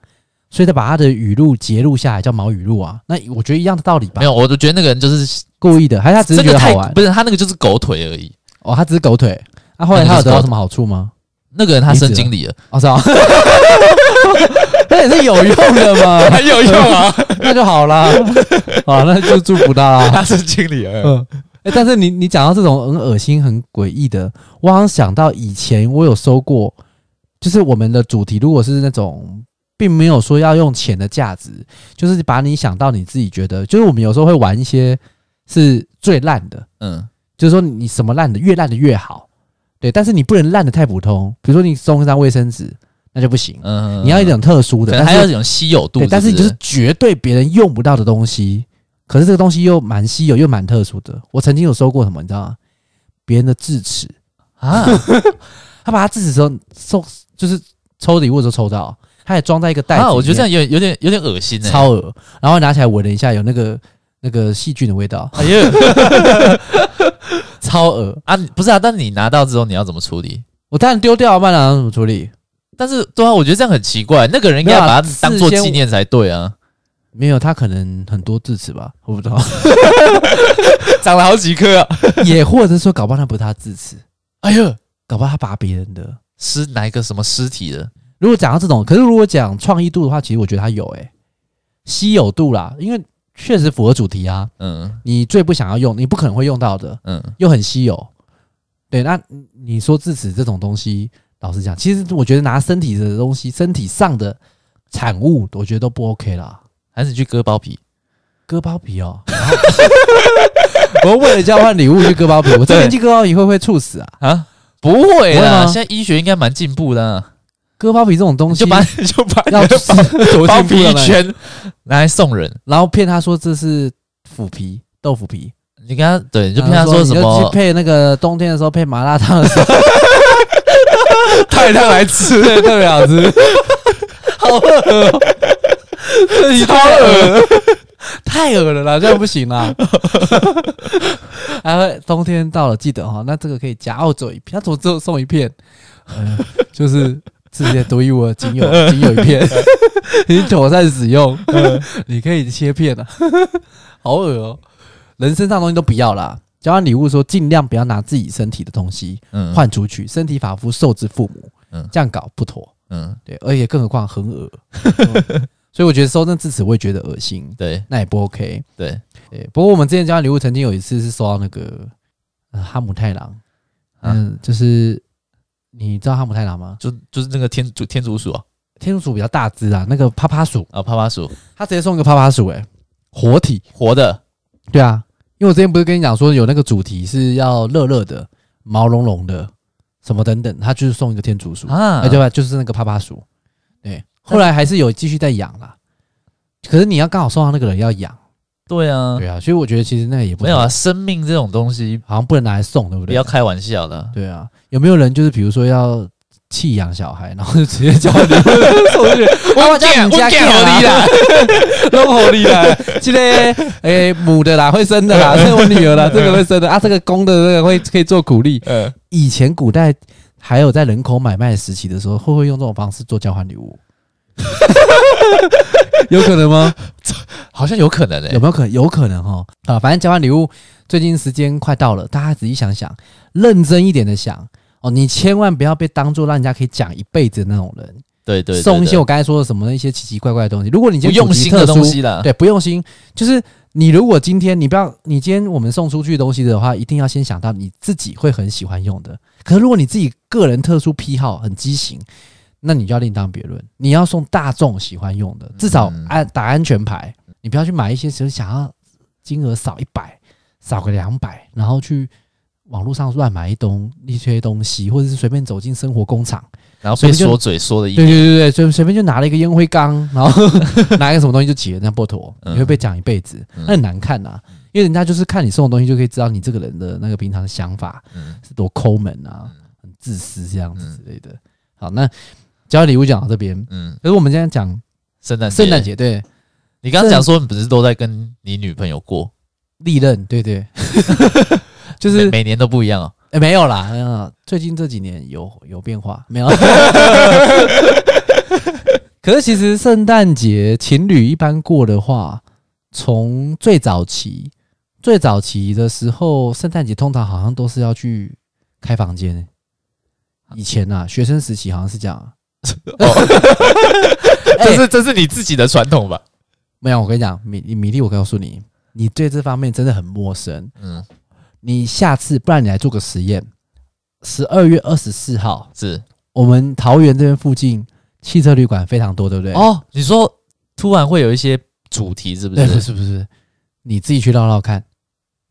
Speaker 2: 所以他把他的语录截录下来叫毛语录啊。那我觉得一样的道理吧
Speaker 1: 没，有，我就觉得那个人就是
Speaker 2: 故意的，还是他只是
Speaker 1: 真
Speaker 2: 觉
Speaker 1: 的
Speaker 2: 得好
Speaker 1: 太
Speaker 2: 玩
Speaker 1: 不是他那个就是狗腿而已。
Speaker 2: 哦，他只是狗腿。那、后来他有得到什么好处吗？
Speaker 1: 那个人他
Speaker 2: 离职
Speaker 1: 升经理 了，
Speaker 2: 哦，是啊， 那也是有用的嘛，
Speaker 1: 很有用 啊，
Speaker 2: 那就好啦，好，那就祝福他啦。
Speaker 1: 他升经理啊了。
Speaker 2: 嗯，哎、但是你你讲到这种很恶心、很诡异的，我好像想到以前我有收过，就是我们的主题如果是那种并没有说要用钱的价值，就是把你想到你自己觉得，就是我们有时候会玩一些是最烂的，
Speaker 1: 嗯，
Speaker 2: 就是说你什么烂的越烂的越好，对，但是你不能烂的太普通，比如说你送一张卫生纸那就不行，
Speaker 1: 嗯
Speaker 2: 你要一种特殊
Speaker 1: 可
Speaker 2: 的，
Speaker 1: 能
Speaker 2: 但
Speaker 1: 还
Speaker 2: 是
Speaker 1: 要有稀有度
Speaker 2: 对，，但
Speaker 1: 是
Speaker 2: 是
Speaker 1: 不
Speaker 2: 就是绝对别人用不到的东西，可是这个东西又蛮稀有又蛮特殊的。我曾经有收过什么，你知道吗？别人的智齿，
Speaker 1: 啊，
Speaker 2: 他把他智齿时候收，就是抽礼物的时候抽到，他也装在一个袋子里
Speaker 1: 啊，
Speaker 2: 面，
Speaker 1: 我觉得这样有点有点有点恶心呢。欸
Speaker 2: 超恶，然后拿起来闻了一下，有那个那个细菌的味道，
Speaker 1: 哎 呀
Speaker 2: 超恶。
Speaker 1: 啊，不是啊，但你拿到之后你要怎么处理？
Speaker 2: 我当然丢掉，啊不然拿怎么处理？
Speaker 1: 但是对啊，我觉得这样很奇怪，那个人应该
Speaker 2: 没有啊
Speaker 1: 把它当做
Speaker 2: 事先
Speaker 1: 纪念才对啊，
Speaker 2: 没有，他可能很多智齿吧，我不 知道，
Speaker 1: 长了好几颗、啊。
Speaker 2: 也或者说搞不好那不是他智齿，
Speaker 1: 哎呦，
Speaker 2: 搞不好他拔别人的。
Speaker 1: 尸哪一个什么尸体的？
Speaker 2: 如果讲到这种，可是如果讲创意度的话，其实我觉得它有诶、稀有度啦，因为确实符合主题啊。
Speaker 1: 嗯
Speaker 2: 你最不想要用，你不可能会用到的，
Speaker 1: 嗯，
Speaker 2: 又很稀有。对，那你说智齿这种东西，老实讲，其实我觉得拿身体的东西，身体上的产物，我觉得都不 OK 啦。
Speaker 1: 还是你去割包皮？
Speaker 2: 割包皮哦， 我为了交换礼物去割包皮，我这年纪割包皮会不会猝死啊？
Speaker 1: 啊？不会
Speaker 2: 不会
Speaker 1: 啦，
Speaker 2: 吗
Speaker 1: 现在医学应该蛮进步的啊、
Speaker 2: 割包皮这种东
Speaker 1: 你
Speaker 2: 西
Speaker 1: 就把 你就把
Speaker 2: 要多
Speaker 1: 包
Speaker 2: 进步
Speaker 1: 皮
Speaker 2: 了
Speaker 1: 一
Speaker 2: 呢
Speaker 1: 圈拿来送人，
Speaker 2: 然后骗他说这是腐皮、豆腐皮，
Speaker 1: 你跟他对，你就
Speaker 2: 然
Speaker 1: 骗
Speaker 2: 后
Speaker 1: 他说
Speaker 2: 啊
Speaker 1: 什
Speaker 2: 你就去
Speaker 1: 么
Speaker 2: 配那个冬天的时候配麻辣烫的时候
Speaker 1: 太太来吃，
Speaker 2: 对特别好吃，好恶、哦，这一
Speaker 1: 超哦
Speaker 2: 恶，太恶了啦，这样不 行啦。还会冬天到了，记得哈、哦，那这个可以夹澳洲一片，他怎么只有送一片？呃、就是世界独一无二、仅有仅有一 片，你妥善使用，
Speaker 1: 嗯
Speaker 2: 你可以切片啊，好恶哦、人身上的东西都不要啦，交换礼物说尽量不要拿自己身体的东西
Speaker 1: 嗯，
Speaker 2: 换出去，身体发肤受之父母，
Speaker 1: 嗯
Speaker 2: 这样搞不妥。
Speaker 1: 嗯，
Speaker 2: 对，而且更何况 很恶、嗯所以我觉得收证至此我也觉得恶心，
Speaker 1: 对
Speaker 2: 那也不 OK。
Speaker 1: 对，
Speaker 2: 对，不过我们之前交换礼物曾经有一次是收到那个、呃、哈姆太郎，
Speaker 1: 啊
Speaker 2: 嗯，就是你知道哈姆太郎吗？
Speaker 1: 就就是那个天竺天竺鼠啊，
Speaker 2: 天竺鼠比较大只啊，那个趴趴鼠，
Speaker 1: 啊，趴趴鼠，
Speaker 2: 他直接送一个趴趴鼠、欸，活体。
Speaker 1: 活的，
Speaker 2: 对啊，因为我之前不是跟你讲说有那个主题是要热热的、毛茸茸的什么等等，他就是送一个天竺鼠，
Speaker 1: 啊
Speaker 2: 哎、对吧？就是那个趴趴鼠。对，后来还是有继续在养啦。可是你要刚好送到那个人要养，
Speaker 1: 对啊，
Speaker 2: 对啊，所以我觉得其实那个也不
Speaker 1: 没有
Speaker 2: 妥
Speaker 1: 啊，，生命这种东西
Speaker 2: 好像不能拿来送，对不
Speaker 1: 不
Speaker 2: 对？
Speaker 1: 要开玩笑的，
Speaker 2: 对啊，有没有人就是比如说要弃养小孩，然后就直接叫 你送出去？ 我叫你家啊
Speaker 1: 我怕你
Speaker 2: 啦， 都合理啦。这个诶母的啦，会生 的啦，这个我女儿啦，这个会生的啊，这个公的这个会可以做鼓励。
Speaker 1: 嗯，
Speaker 2: 以前古代还有在人口买卖时期的时候，会不会用这种方式做交换礼物？ 有可能吗？
Speaker 1: 好像有可能欸诶、
Speaker 2: 有没有可能？有可能哦。啊，反正交换礼物最近时间快到了，大家仔细想想，认真一点的想哦，你千万不要被当做让人家可以讲一辈子的那种人，
Speaker 1: 对对对
Speaker 2: 送一些
Speaker 1: 对
Speaker 2: 我刚才说的什么一些奇奇怪怪的东西。如果你今
Speaker 1: 不
Speaker 2: 天
Speaker 1: 用
Speaker 2: 主题
Speaker 1: 心的
Speaker 2: 特殊
Speaker 1: 东西啦，
Speaker 2: 对，不用心，就是你如果今天你不要，你今天我们送出去的东西的话，一定要先想到你自己会很喜欢用的。可是如果你自己个人特殊癖好很畸形，那你就要另当别论。你要送大众喜欢用的，至少
Speaker 1: 嗯
Speaker 2: 安打安全牌，你不要去买一些只是想要金额少一百，少个两百，然后去。网络上乱买一东一些东西，或者是随便走进生活工厂，
Speaker 1: 然后
Speaker 2: 所以
Speaker 1: 被
Speaker 2: 就
Speaker 1: 说嘴说的一
Speaker 2: 对对对对，随随便就拿了一个烟灰缸，然后拿一个什么东西就结，那不妥，
Speaker 1: 嗯
Speaker 2: 你会被讲一辈子，
Speaker 1: 嗯
Speaker 2: 那很难看呐、因为人家就是看你送的东西，就可以知道你这个人的那个平常的想法
Speaker 1: 嗯
Speaker 2: 是多抠门啊
Speaker 1: 嗯，
Speaker 2: 很自私这样子
Speaker 1: 嗯
Speaker 2: 之类的。好，那交换礼物讲到这边，
Speaker 1: 嗯，
Speaker 2: 可是我们现在讲
Speaker 1: 圣诞
Speaker 2: 圣诞，节，对，
Speaker 1: 你刚刚讲说你不是都在跟你女朋友过，
Speaker 2: 历任，对 对，
Speaker 1: 就
Speaker 2: 就
Speaker 1: 是每每年都不一样哦，
Speaker 2: 哎，没有啦，没有啦最近这几年有有变化，没有。 可是其实圣诞节情侣一般过的话，从最早期最早期的时候，圣诞节通常好像都是要去开房间。欸以前啊，学生时期好像是这样啊。哎
Speaker 1: 这是这是你自己的传统吧？
Speaker 2: 没有，我跟你讲，米米粒，我告诉你，你对这方面真的很陌生。
Speaker 1: 嗯，
Speaker 2: 你下次，不然你来做个实验，十二月二十四号，
Speaker 1: 是
Speaker 2: 我们桃园这边附近汽车旅馆非常多，对不对？，
Speaker 1: 哦，你说突然会有一些主题是不
Speaker 2: 对，不
Speaker 1: 是？
Speaker 2: 是不是，你自己去绕绕看，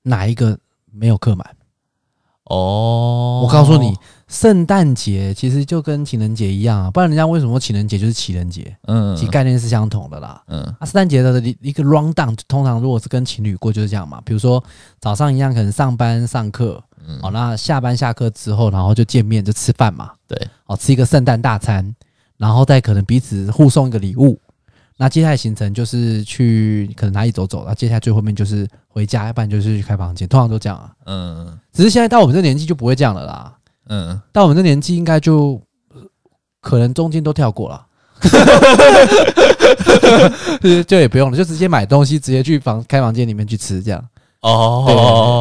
Speaker 2: 哪一个没有客满？
Speaker 1: 哦，
Speaker 2: 我告诉你，，圣诞节其实就跟情人节一样啊，不然人家为什么说情人节就是情人节？
Speaker 1: 嗯
Speaker 2: 其实概念是相同的啦。
Speaker 1: 嗯
Speaker 2: 啊，圣诞节的一个 round down，通常如果是跟情侣过就是这样嘛，比如说早上一样，可能上班上课，
Speaker 1: 嗯，
Speaker 2: 哦，那下班下课之后，然后就见面就吃饭嘛，
Speaker 1: 对，
Speaker 2: 哦，吃一个圣诞大餐，然后再可能彼此互送一个礼物。那接下来行程就是去可能哪里走走，那接下来最后面就是回家，要不然就是去开房间，通常都这样啊。
Speaker 1: 嗯
Speaker 2: 只是现在到我们这年纪就不会这样了啦，
Speaker 1: 嗯，
Speaker 2: 到我们这年纪应该就呃可能中间都跳过了。 就就也不用了，就直接买东西，直接去房开房间里面去吃这样。对对
Speaker 1: 哦，
Speaker 2: 对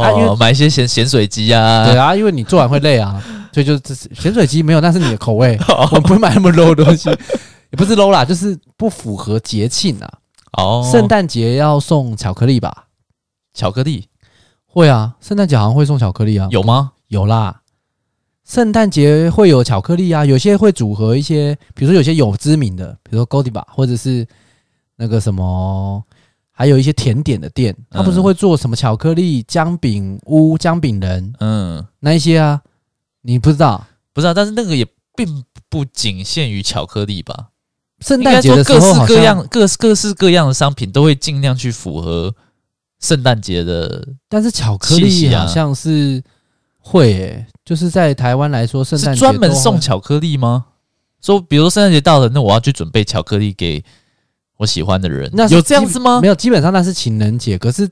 Speaker 2: 啊因为
Speaker 1: 买一些咸咸水鸡啊，
Speaker 2: 对啊，因为你做完会累啊，所以就这是咸水鸡没有，那是你的口味，
Speaker 1: 哦
Speaker 2: 我不会买那么 low 的东西，也不是 low 啦，就是不符合节庆啊。
Speaker 1: 哦，
Speaker 2: 圣诞节要送巧克力吧？
Speaker 1: 巧克力
Speaker 2: 会啊，圣诞节好像会送巧克力啊，
Speaker 1: 有吗？
Speaker 2: 有啦。圣诞节会有巧克力啊，有些会组合一些，比如说有些有知名的，比如说 Godiva 或者是那个什么，还有一些甜点的店，它不是
Speaker 1: 嗯
Speaker 2: 会做什么巧克力姜饼屋、姜饼人
Speaker 1: 嗯，
Speaker 2: 那一些啊？你不知道？
Speaker 1: 不是啊，但是那个也并不仅限于巧克力吧？
Speaker 2: 圣
Speaker 1: 应
Speaker 2: 诞
Speaker 1: 该
Speaker 2: 节
Speaker 1: 说
Speaker 2: 的时
Speaker 1: 各
Speaker 2: 候
Speaker 1: 式
Speaker 2: 好
Speaker 1: 各
Speaker 2: 像，
Speaker 1: 样、各各式各样的商品都会尽量去符合圣诞节的
Speaker 2: 但是巧克
Speaker 1: 信
Speaker 2: 力
Speaker 1: 息啊
Speaker 2: 好像是会诶、就是在台湾来说，圣诞
Speaker 1: 是
Speaker 2: 节
Speaker 1: 专门
Speaker 2: 都会
Speaker 1: 送巧克力吗？说，比如说圣诞节到了，那我要去准备巧克力给我喜欢的人，
Speaker 2: 那是
Speaker 1: 有这样子吗
Speaker 2: 没？有，基本上那是情人节，可是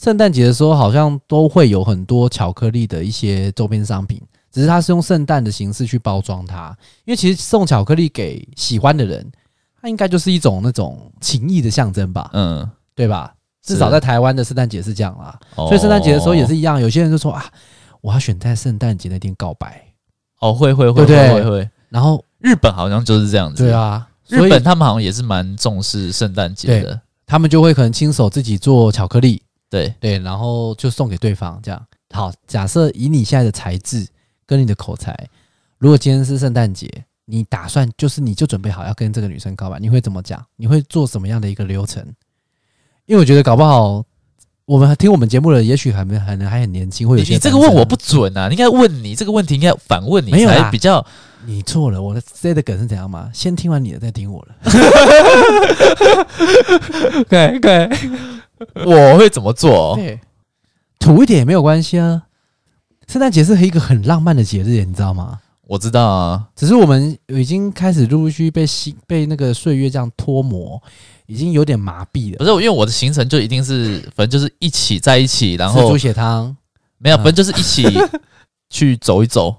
Speaker 2: 圣诞节的时候好像都会有很多巧克力的一些周边商品，只是它是用圣诞的形式去包装它，因为其实送巧克力给喜欢的人，它应该就是一种那种情谊的象征吧，
Speaker 1: 嗯，哦
Speaker 2: 对吧？至少在台湾的圣诞节是这样啦。
Speaker 1: 所
Speaker 2: 所以圣诞节的时候也是一样，有些人就说啊，我要选在圣诞节那天告白，
Speaker 1: 哦，会会
Speaker 2: 对
Speaker 1: 会
Speaker 2: 不
Speaker 1: 会
Speaker 2: 对
Speaker 1: 会会，
Speaker 2: 然后
Speaker 1: 日本好像就是这样子。
Speaker 2: 对，啊，所
Speaker 1: 日
Speaker 2: 以
Speaker 1: 本他们好像也是蛮重视圣诞节的。
Speaker 2: 他们就会可能亲手自己做巧克力，
Speaker 1: 对，
Speaker 2: 对，然后就送给对方这样。好，假设以你现在的才智跟你的口才，如果今天是圣诞节，你打算就是你就准备好要跟这个女生告白，你会怎么讲？你会做什么样的一个流程？因为我觉得搞不好我们听我们节目的，也许还没还能还很年轻，会有
Speaker 1: 你
Speaker 2: 一些
Speaker 1: 你这个
Speaker 2: 单身
Speaker 1: 问我
Speaker 2: 啊
Speaker 1: 不准啊，你应该问你这个问题应该反问你
Speaker 2: 没有啦
Speaker 1: 才比较。
Speaker 2: 你错了，我的 C 的梗是怎样吗？先听完你的再听我的。
Speaker 1: 对对，我会怎么做哦？
Speaker 2: 对，土一点也没有关系啊。圣诞节是一个很浪漫的节日，你知道吗？
Speaker 1: 我知道啊，
Speaker 2: 只是我们已经开始陆陆续续被新被那个岁月这样脱模，已经有点麻痹
Speaker 1: 不是
Speaker 2: 了。
Speaker 1: 因为我的行程就一定是，反正就是一起在一起，然
Speaker 2: 吃
Speaker 1: 后
Speaker 2: 猪血汤，
Speaker 1: 没有，
Speaker 2: 嗯
Speaker 1: 反正就是一起去走一走，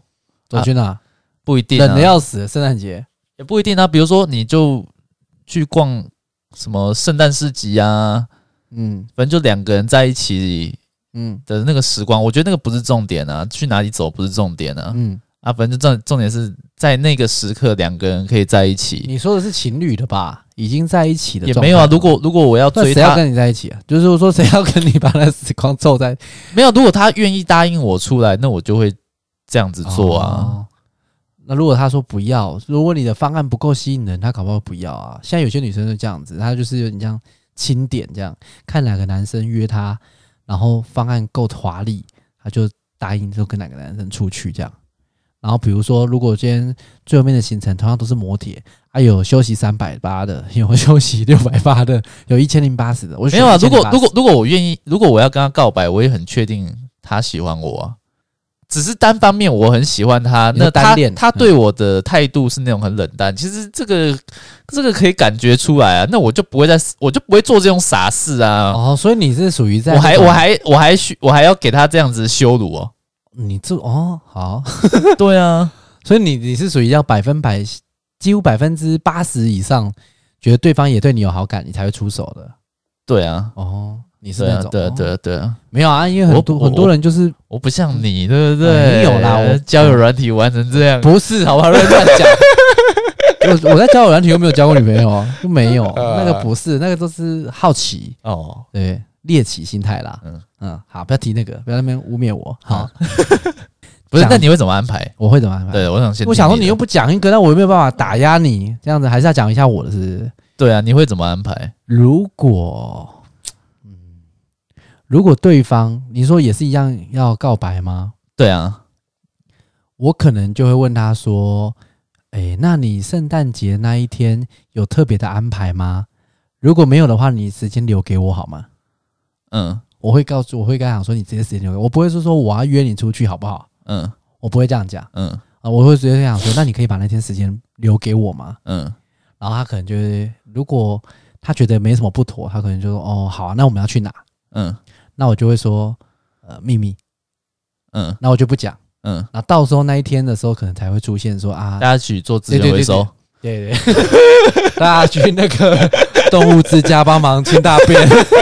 Speaker 2: 走去哪？
Speaker 1: 不一啊定、啊，
Speaker 2: 冷的要死，圣诞节
Speaker 1: 也不一定啊。比如说，你就去逛什么圣诞市集啊，
Speaker 2: 嗯
Speaker 1: 反正就两个人在一起
Speaker 2: 嗯
Speaker 1: 的那个时光，我觉得那个不是重点啊，去哪里走不是重点啊，
Speaker 2: 嗯，
Speaker 1: 啊，反正就重重点是在那个时刻两个人可以在一起，
Speaker 2: 你说的是情侣的吧？已经在一起的
Speaker 1: 也
Speaker 2: 状态
Speaker 1: 没有啊。
Speaker 2: 了
Speaker 1: 如果如果我要
Speaker 2: 那
Speaker 1: 追
Speaker 2: 谁要
Speaker 1: 他，
Speaker 2: 跟你在一起啊？就是说谁要跟你把那时光凑在
Speaker 1: 没有，如果他愿意答应我出来，那我就会这样子做啊。
Speaker 2: 哦那如果他说不要，如果你的方案不够吸引人，他搞不好不要啊。现在有些女生就这样子，她就是有点像清点这样，看哪个男生约她，然后方案够华丽，她就答应就跟哪个男生出去这样。然后比如说，如果今天最后面的行程同样都是摩铁，啊有休息三百八的， 有休息六百八的，有一千零八十的，我
Speaker 1: 没
Speaker 2: 选
Speaker 1: 有啊，
Speaker 2: 1080
Speaker 1: 如果如果如果我愿意，如果我要跟他告白，我也很确定他喜欢我啊。只是单方面我很喜欢他，
Speaker 2: 你说
Speaker 1: 那
Speaker 2: 单
Speaker 1: 他
Speaker 2: 恋
Speaker 1: 他
Speaker 2: 嗯
Speaker 1: 对我的态度是那种很冷淡，其实这个这个可以感觉出来啊。那我就不会再我就不会做这种傻事啊。
Speaker 2: 哦，所以你是属于在
Speaker 1: 我还
Speaker 2: 那种
Speaker 1: 我还我还需我还要给他这样子羞辱哦。
Speaker 2: 你这哦好。
Speaker 1: 对啊，
Speaker 2: 所以你你是属于要百分百，几乎百分之八十以上，觉得对方也对你有好感，你才会出手的。
Speaker 1: 对啊，
Speaker 2: 哦，你是
Speaker 1: 对
Speaker 2: 那
Speaker 1: 啊
Speaker 2: 种，
Speaker 1: 对啊，对
Speaker 2: 哦
Speaker 1: 啊，对啊。
Speaker 2: 没有啊，因为很多
Speaker 1: 我我
Speaker 2: 很多人就是
Speaker 1: 我不像你，对不对？
Speaker 2: 哦没有啦我
Speaker 1: 交友软体玩成这样，
Speaker 2: 不是好吧？乱讲。我我在交友软体又没有交过女朋友啊，又 没有，那个不是，那个都是好奇，
Speaker 1: 哦，
Speaker 2: 对，猎奇心态啦。嗯
Speaker 1: 嗯
Speaker 2: 嗯，好，不要提那个，不要在那边污蔑我。好，
Speaker 1: 不是？
Speaker 2: 讲
Speaker 1: 那你会怎么安排？
Speaker 2: 我会怎么安排？
Speaker 1: 对，我想先听的。
Speaker 2: 我想说你又不讲一个，那我又没有办法打压你，这样子还是要讲一下我的，是不是？
Speaker 1: 对啊，你会怎么安排？
Speaker 2: 如果，嗯，如果对方你说也是一样要告白吗？
Speaker 1: 对啊，
Speaker 2: 我可能就会问他说：“诶，那你圣诞节那一天有特别的安排吗？如果没有的话，你时间留给我好吗
Speaker 1: 嗯？”
Speaker 2: 我会告诉，我会跟他讲说：“你直接时间留给我，我不会说说我要约你出去好不好
Speaker 1: 嗯？”
Speaker 2: 我不会这样讲啊、
Speaker 1: 嗯
Speaker 2: 我会直接讲说：“那你可以把那天时间留给我吗？”
Speaker 1: 嗯
Speaker 2: 然后他可能就是，如果他觉得没什么不妥，他可能就说：“哦，好啊，那我们要去哪？”
Speaker 1: 嗯
Speaker 2: 那我就会说呃秘密，
Speaker 1: 嗯
Speaker 2: 那我就不讲。
Speaker 1: 嗯，
Speaker 2: 那到时候那一天的时候，可能才会出现说啊
Speaker 1: 大，家去做资源回收。
Speaker 2: 对对对， 大家去那个动物之家帮忙清大便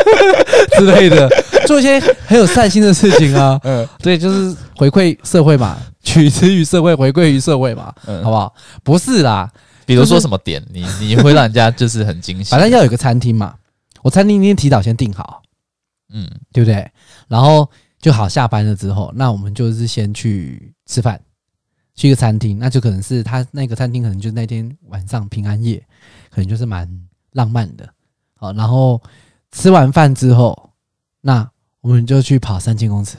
Speaker 2: 之类的，做一些很有善心的事情啊。
Speaker 1: 嗯
Speaker 2: 对，就是回馈社会嘛，取之于社会，回馈于社会嘛，好
Speaker 1: 嗯，
Speaker 2: 不好？不是啦，
Speaker 1: 比如说什么点，你 你会让人家就是很惊喜。
Speaker 2: 反正要有个餐厅嘛，我餐厅今天提早先订好，
Speaker 1: 嗯
Speaker 2: 对不对？然后就好下班了之后，那我们就是先去吃饭，去一个餐厅，那就可能是他那个餐厅可能就那天晚上平安夜，可能就是蛮浪漫的。好，然后吃完饭之后，那我们就去跑三千公尺。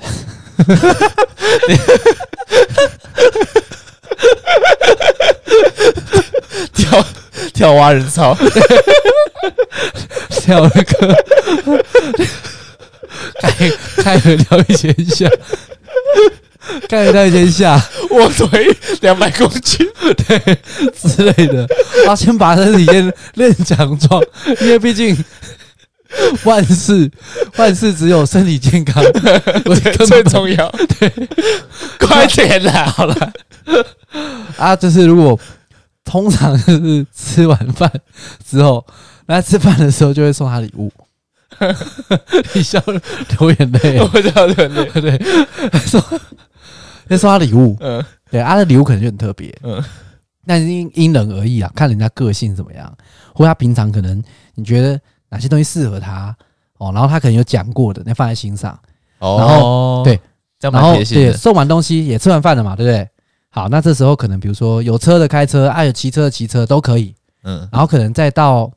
Speaker 1: 跳跳蛙人操，
Speaker 2: 跳那个， 开开合跳一千下，开合跳一千下
Speaker 1: 我腿两百公斤。
Speaker 2: 之类的，然后先把身体先练强壮，因为毕竟万事万事只有身体 健康，我根本
Speaker 1: 重要。对，快点啦！ 好了，
Speaker 2: 啊，就是如果 通常就是吃完饭之后，那吃饭的时候就会送他礼物， 你笑得流眼泪。
Speaker 1: 我知道对对 对，
Speaker 2: 那说他礼物，
Speaker 1: 嗯
Speaker 2: 对，他的礼物可能就很特别，
Speaker 1: 嗯
Speaker 2: 嗯，那因因人而异啊，看人家个性怎么样，或他平常可能你觉得哪些东西适合他哦，然后他可能有讲过的，那放在心上，
Speaker 1: 哦，
Speaker 2: 对，
Speaker 1: 这样
Speaker 2: 然
Speaker 1: 蛮
Speaker 2: 后
Speaker 1: 贴心
Speaker 2: 对，
Speaker 1: 的，
Speaker 2: 送完东西也吃完饭了嘛，对不对？好，那这时候可能比如说有车的开车，啊有骑车的骑车都可以，
Speaker 1: 嗯，
Speaker 2: 然后可能再到，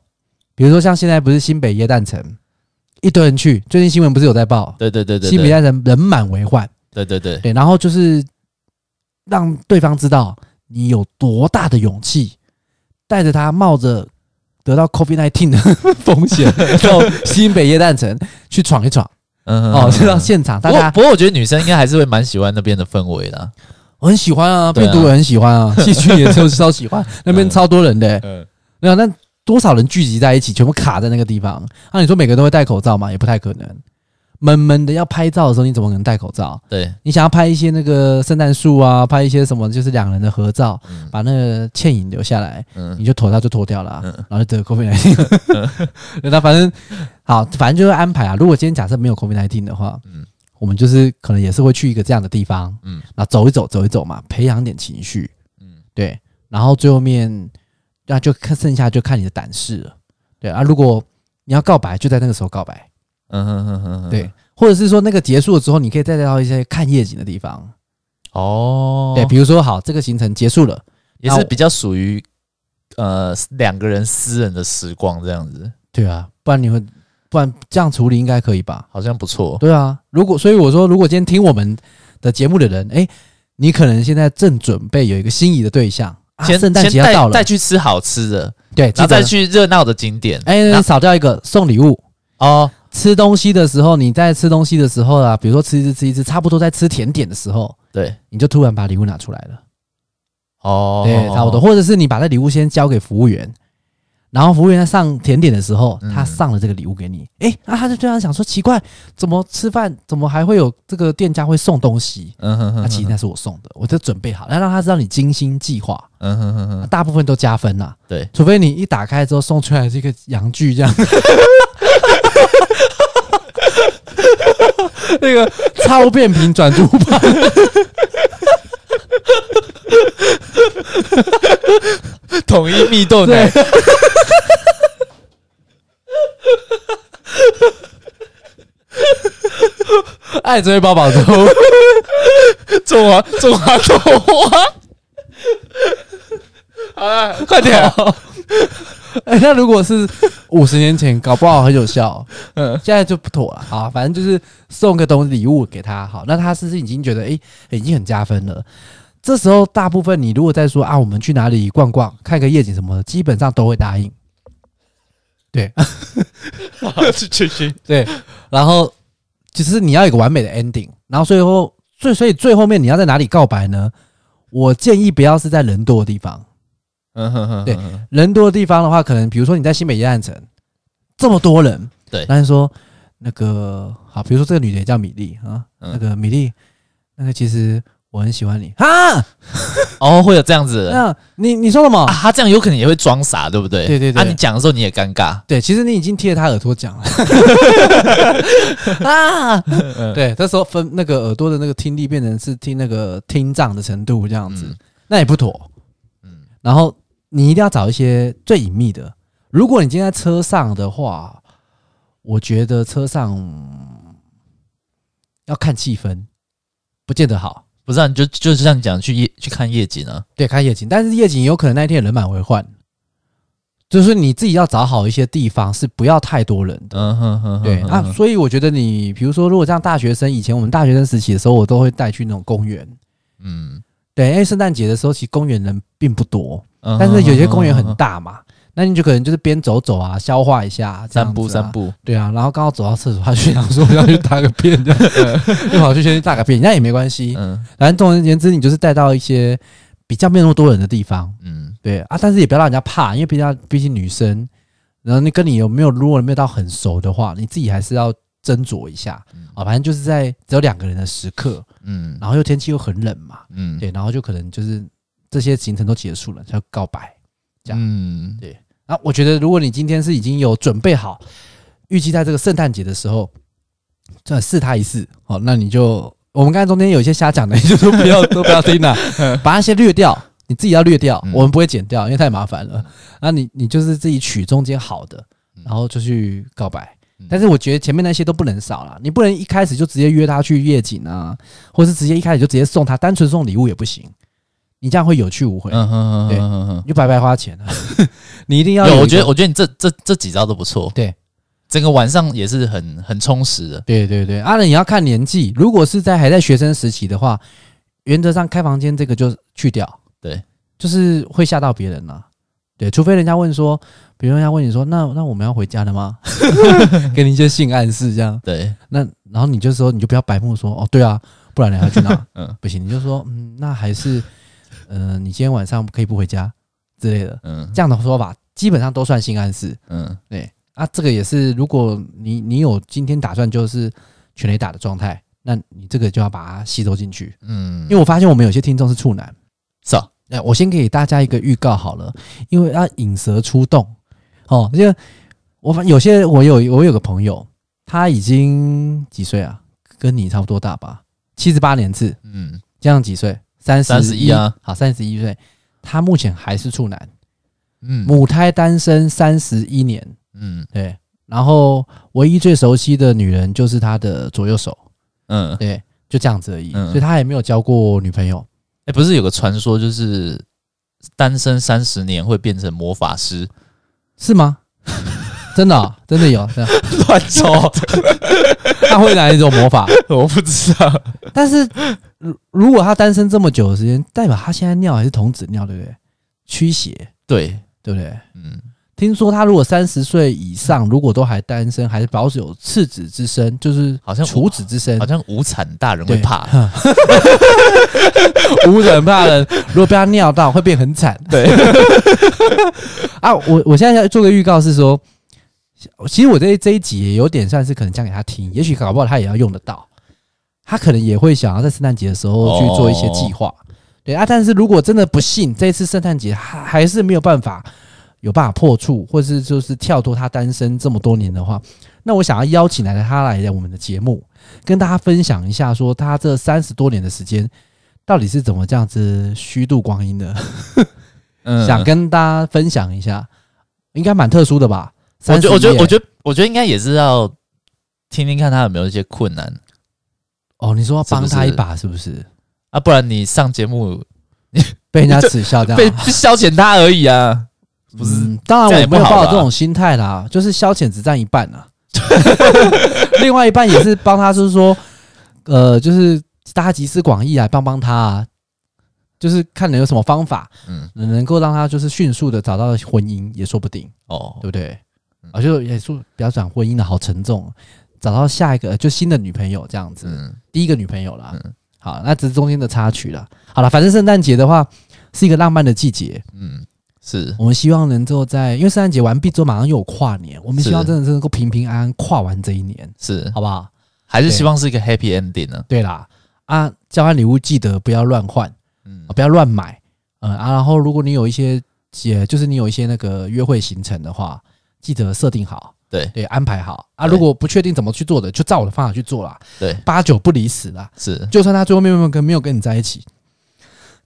Speaker 2: 比如说像现在不是新北耶诞城，一堆人去，最近新闻不是有在报，
Speaker 1: 对对对对，
Speaker 2: 新北
Speaker 1: 对
Speaker 2: 耶诞城人满为患，
Speaker 1: 对对对，
Speaker 2: 对，然后就是让对方知道你有多大的勇气，带着他冒着得到 COVID nineteen 的 风险 到新北耶诞城去闯一闯
Speaker 1: 嗯
Speaker 2: 哦，就
Speaker 1: 知道
Speaker 2: 到。现场，大
Speaker 1: 不过
Speaker 2: 家
Speaker 1: 不过我觉得女生应该还是会蛮喜欢那边的氛围的啊，
Speaker 2: 我很喜欢啊，
Speaker 1: 对啊
Speaker 2: 病毒也很喜欢 啊，戏剧也超超喜欢，那边
Speaker 1: 嗯
Speaker 2: 超多人的欸、
Speaker 1: 嗯，
Speaker 2: 没有，那多少人聚集在一起，全部卡在那个地方？那、你说每个人都会戴口罩吗？也不太可能。闷闷的要拍照的时候，你怎么可能戴口罩？
Speaker 1: 对，
Speaker 2: 你想要拍一些那个圣诞树啊，拍一些什么，就是两人的合照，
Speaker 1: 嗯
Speaker 2: 把那个倩影留下来，
Speaker 1: 嗯
Speaker 2: 你就头套就脱掉了啊、
Speaker 1: 嗯
Speaker 2: 然后就得 COVID 19。那 反正好，反正就是安排啊。如果今天假设没有 COVID 19的话，
Speaker 1: 嗯
Speaker 2: 我们就是可能也是会去一个这样的地方，
Speaker 1: 嗯
Speaker 2: 然后走一走，走一走嘛，培养点情绪，
Speaker 1: 嗯
Speaker 2: 对，然后最后面那就看剩下就看你的胆识了，对啊，如果你要告白，就在那个时候告白，
Speaker 1: 嗯哼哼哼哼，
Speaker 2: 对，，或者是说那个结束了之后，你可以再带到一些看夜景的地方，
Speaker 1: 哦，
Speaker 2: 对，比如说好，这个行程结束了，
Speaker 1: 也
Speaker 2: 那
Speaker 1: 是
Speaker 2: 我
Speaker 1: 比较属于呃两个人私人的时光这样子，
Speaker 2: 对啊，不然你会，不然这样处理应该可以吧？
Speaker 1: 好像不错。
Speaker 2: 对啊，如果所以我说，如果今天听我们的节目的人，哎，你可能现在正准备有一个心仪的对象，啊、
Speaker 1: 先
Speaker 2: 圣诞节
Speaker 1: 先
Speaker 2: 要
Speaker 1: 带
Speaker 2: 到了
Speaker 1: 带，去吃好吃的，
Speaker 2: 对，记
Speaker 1: 然后再
Speaker 2: 得
Speaker 1: 去热闹的景点。然
Speaker 2: 哎，
Speaker 1: 后
Speaker 2: 少掉一个送礼物，
Speaker 1: 哦，
Speaker 2: 吃东西的时候，你在吃东西的时候啊，比如说吃一吃吃一吃，差不多在吃甜点的时候，
Speaker 1: 对，
Speaker 2: 你就突然把礼物拿出来了，
Speaker 1: 哦，
Speaker 2: 对，差不多，。或者是你把那礼物先交给服务员，然后服务员在上甜点的时候，
Speaker 1: 嗯
Speaker 2: 他上了这个礼物给你，诶，那、他就突然想说，奇怪，怎么吃饭怎么还会有这个店家会送东西？
Speaker 1: 嗯哼
Speaker 2: 那、
Speaker 1: 哼，
Speaker 2: 其实那是我送的，我就准备好，要让他知道你精心计划，
Speaker 1: 嗯哼哼哼，
Speaker 2: 大部分都加分啦、
Speaker 1: 对，
Speaker 2: 除非你一打开之后送出来是一个洋剧 这样，那个超变频转珠 棒，
Speaker 1: 统一蜜豆奶
Speaker 2: 对，爱追宝宝粥，
Speaker 1: 中华中华豆花。好了，快点！
Speaker 2: 啊
Speaker 1: 啊
Speaker 2: 哎、那如果是五十年前，搞不好很有效，
Speaker 1: 嗯
Speaker 2: 现在就不妥了啊。反正就是送个东西礼物给他，好，那他是不是已经觉得哎、已经很加分了？这时候大部分你如果在说啊，我们去哪里逛逛，看个夜景什么的，基本上都会答应。
Speaker 1: 去去去，
Speaker 2: 对，然后其实你要有一个完美的 ending，然后最后最所以最后面你要在哪里告白呢？我建议不要是在人多的地方，
Speaker 1: 嗯哼哼，
Speaker 2: 对
Speaker 1: 嗯哼
Speaker 2: 人多的地方的话，可能比如说你在新北夜暗城，这么多人，
Speaker 1: 对
Speaker 2: 但是说那个好，比如说这个女的也叫米粒啊，
Speaker 1: 嗯
Speaker 2: 那个米粒，那个其实我很喜欢你啊，
Speaker 1: 哦，会有这样子的人
Speaker 2: 那你你说什么？
Speaker 1: 啊，他这样有可能也会装傻，对不对？
Speaker 2: 哦对对对
Speaker 1: 啊，你讲的时候你也尴尬，
Speaker 2: 对，其实你已经贴着他耳朵讲 了 啊， 对，这时候分那个耳朵的那个听力变成是听那个听障的程度这样子，
Speaker 1: 嗯
Speaker 2: 那也不妥。
Speaker 1: 嗯
Speaker 2: 然后你一定要找一些最隐秘的。如果你今天在车上的话，我觉得车上嗯要看气氛，不见得好。
Speaker 1: 不是、啊，你就就是像你讲去夜去看夜景啊，
Speaker 2: 对，看夜景，但是夜景有可能那一天人满为患，就是你自己要找好一些地方是不要太多人的。
Speaker 1: 嗯哼哼哼，
Speaker 2: 对
Speaker 1: 哼
Speaker 2: 啊，
Speaker 1: 哼
Speaker 2: 所以我觉得你，比如说，如果像大学生，以前我们大学生时期的时候，我都会带去那种公园。
Speaker 1: 嗯，
Speaker 2: 对，因为圣诞节的时候，其实公园人并不多，
Speaker 1: 嗯
Speaker 2: 啊但是有些公园
Speaker 1: 哼
Speaker 2: 很
Speaker 1: 哼
Speaker 2: 大嘛，那你就可能就是边走走啊，消化一下，这样
Speaker 1: 嗯散步
Speaker 2: 子啊
Speaker 1: 散。步，
Speaker 2: 对啊，然后刚好走到厕所，他就想 说要去大个便，这样就跑去先去大个便，那也没关系。
Speaker 1: 嗯
Speaker 2: 反正总而言之，你就是带到一些比较没有那么多人的地方。
Speaker 1: 嗯
Speaker 2: 对啊，但是也不要让人家怕，因为毕竟毕竟女生，然后你跟你有没有如果没有到很熟的话，你自己还是要斟酌一下
Speaker 1: 嗯
Speaker 2: 啊。反正就是在只有两个人的时刻，
Speaker 1: 嗯
Speaker 2: 然后又天气又很冷嘛，
Speaker 1: 嗯，
Speaker 2: 对，然后就可能就是这些行程都结束了，才要告白。这样
Speaker 1: 嗯
Speaker 2: 啊。我觉得如果你今天是已经有准备好预计在这个圣诞节的时候，这试他一试。好，那你就我们刚才中间有一些瞎讲的，你就都 不要都不要听了，把那些略掉，你自己要略掉，
Speaker 1: 嗯
Speaker 2: 我们不会剪掉，因为太麻烦了。那你你就是自己取中间好的，然后就去告白
Speaker 1: 嗯。
Speaker 2: 但是我觉得前面那些都不能少啦，你不能一开始就直接约他去夜景啊，或是直接一开始就直接送他，单纯送礼物也不行，你这样会有去无回，
Speaker 1: 嗯哼哼哼哼哼
Speaker 2: 你就白白花 钱了。你一定要
Speaker 1: 有，
Speaker 2: 一
Speaker 1: 我觉
Speaker 2: 个
Speaker 1: 得，我觉得你这这这几招都不错。
Speaker 2: 对，
Speaker 1: 整个晚上也是很很充实的。
Speaker 2: 对对对，阿、啊、仁也要看年纪。如果是在还在学生时期的话，原则上开房间这个就去掉。
Speaker 1: 对，
Speaker 2: 就是会吓到别人啦、对，除非人家问说，比如人家问你说，那那我们要回家 了吗？给你一些性暗示这样。
Speaker 1: 对，
Speaker 2: 那然后你就说，你就不要白目说，哦，对啊，不然你还要去哪？
Speaker 1: 嗯
Speaker 2: 不行，你就说，嗯，那还是，呃，你今天晚上可以不回家之类的，
Speaker 1: 嗯
Speaker 2: 这样的说法基本上都算性暗示。
Speaker 1: 嗯
Speaker 2: 对啊，这个也是，如果你你有今天打算就是全垒打的状态，那你这个就要把它吸收进去。
Speaker 1: 嗯，
Speaker 2: 因为我发现我们有些听众是处男，
Speaker 1: 是啊，
Speaker 2: 哎，我先给大家一个预告好了，因为要引蛇出洞哦。因为我发有些我有我有个朋友，他已经几岁啊？跟你差不多大吧，七十八年次，
Speaker 1: 嗯，
Speaker 2: 这样几岁？三十
Speaker 1: 31啊，
Speaker 2: 好，三十一岁，他目前还是处男，
Speaker 1: 嗯
Speaker 2: 母胎单身三十一年。
Speaker 1: 嗯
Speaker 2: 对，然后唯一最熟悉的女人就是他的左右手，
Speaker 1: 嗯，哎、
Speaker 2: 对，就这样子而已，
Speaker 1: 嗯
Speaker 2: 所以他也没有交过女朋友。
Speaker 1: 哎不是有个传说，就是单身三十年会变成魔法 师，
Speaker 2: 是吗？ 真的哦、真的有，真的
Speaker 1: 乱 说，
Speaker 2: 他会拿一种魔法，
Speaker 1: 我不知道。
Speaker 2: 但是如如果他单身这么久的时间，代表他现在尿还是童子尿，对不对？驱邪，
Speaker 1: 对，
Speaker 2: 对不对？
Speaker 1: 嗯，
Speaker 2: 听说他如果三十岁以上，如果都还单身，还是保有赤子之身，就是
Speaker 1: 好像
Speaker 2: 处子之身
Speaker 1: 好，像无产大人
Speaker 2: 对
Speaker 1: 会怕，
Speaker 2: 无人怕人。如果被他尿到，会变很惨。
Speaker 1: 对，
Speaker 2: 啊，我我现在要做个预告是说，其实我这这一集也有点算是可能讲给他听，也许搞不好他也要用得到，他可能也会想要在圣诞节的时候去做一些计划。对啊，但是如果真的不幸这一次圣诞节还还是没有办法有办法破处，或是就是跳脱他单身这么多年的话，那我想要邀请来的他来我们的节目，跟大家分享一下，说他这三十多年的时间到底是怎么这样子虚度光阴的。
Speaker 1: 嗯
Speaker 2: 想跟大家分享一下，应该蛮特殊的吧？
Speaker 1: 我觉得，我觉
Speaker 2: 30
Speaker 1: 得，
Speaker 2: 页
Speaker 1: 我觉得，我觉得应该也是要听听看他有没有一些困难
Speaker 2: 哦，你说要帮他
Speaker 1: 是不
Speaker 2: 一
Speaker 1: 是
Speaker 2: 把是不是？
Speaker 1: 啊，不然你上节目
Speaker 2: 被人家耻笑 这
Speaker 1: 被
Speaker 2: 样啊，
Speaker 1: 被消遣他而已 啊，不是？
Speaker 2: 嗯当然
Speaker 1: 这样
Speaker 2: 我
Speaker 1: 也
Speaker 2: 没有
Speaker 1: 不好
Speaker 2: 抱
Speaker 1: 吧
Speaker 2: 着这种心态啦，就是消遣只占一半啊， 另外一半也是帮他，就是说，呃，就是大家集思广益啊，帮帮他啊，就是看能有什么方法
Speaker 1: 嗯，
Speaker 2: 能够让他就是迅速的找到婚姻，也说不定。
Speaker 1: 哦
Speaker 2: 对，不对
Speaker 1: 嗯？
Speaker 2: 啊，就也说不要讲婚姻的好沉重，找到下一个呃就新的女朋友这样子，
Speaker 1: 嗯
Speaker 2: 第一个女朋友啦。
Speaker 1: 嗯
Speaker 2: 好，那只是中间的插曲啦。好了，反正圣诞节的话是一个浪漫的季节，
Speaker 1: 嗯，是，
Speaker 2: 我们希望能够在因为圣诞节完毕之后马上又有跨年，我们
Speaker 1: 是
Speaker 2: 希望真的是能够平平安安跨完这一年，
Speaker 1: 是，
Speaker 2: 好不好？
Speaker 1: 还是
Speaker 2: 对
Speaker 1: 希望是一个 happy ending 呢、
Speaker 2: 对啦，啊，交换礼物记得不要乱换，
Speaker 1: 嗯
Speaker 2: 啊，不要乱买，嗯啊，然后如果你有一些也就是你有一些那个约会行程的话，记得设定好，
Speaker 1: 对
Speaker 2: 对，安排好啊。
Speaker 1: 对
Speaker 2: 如果不确定怎么去做的，就照我的方法去做啦，
Speaker 1: 对，
Speaker 2: 八九不离十啦。
Speaker 1: 是，
Speaker 2: 就算他最后面没有跟没有跟你在一起，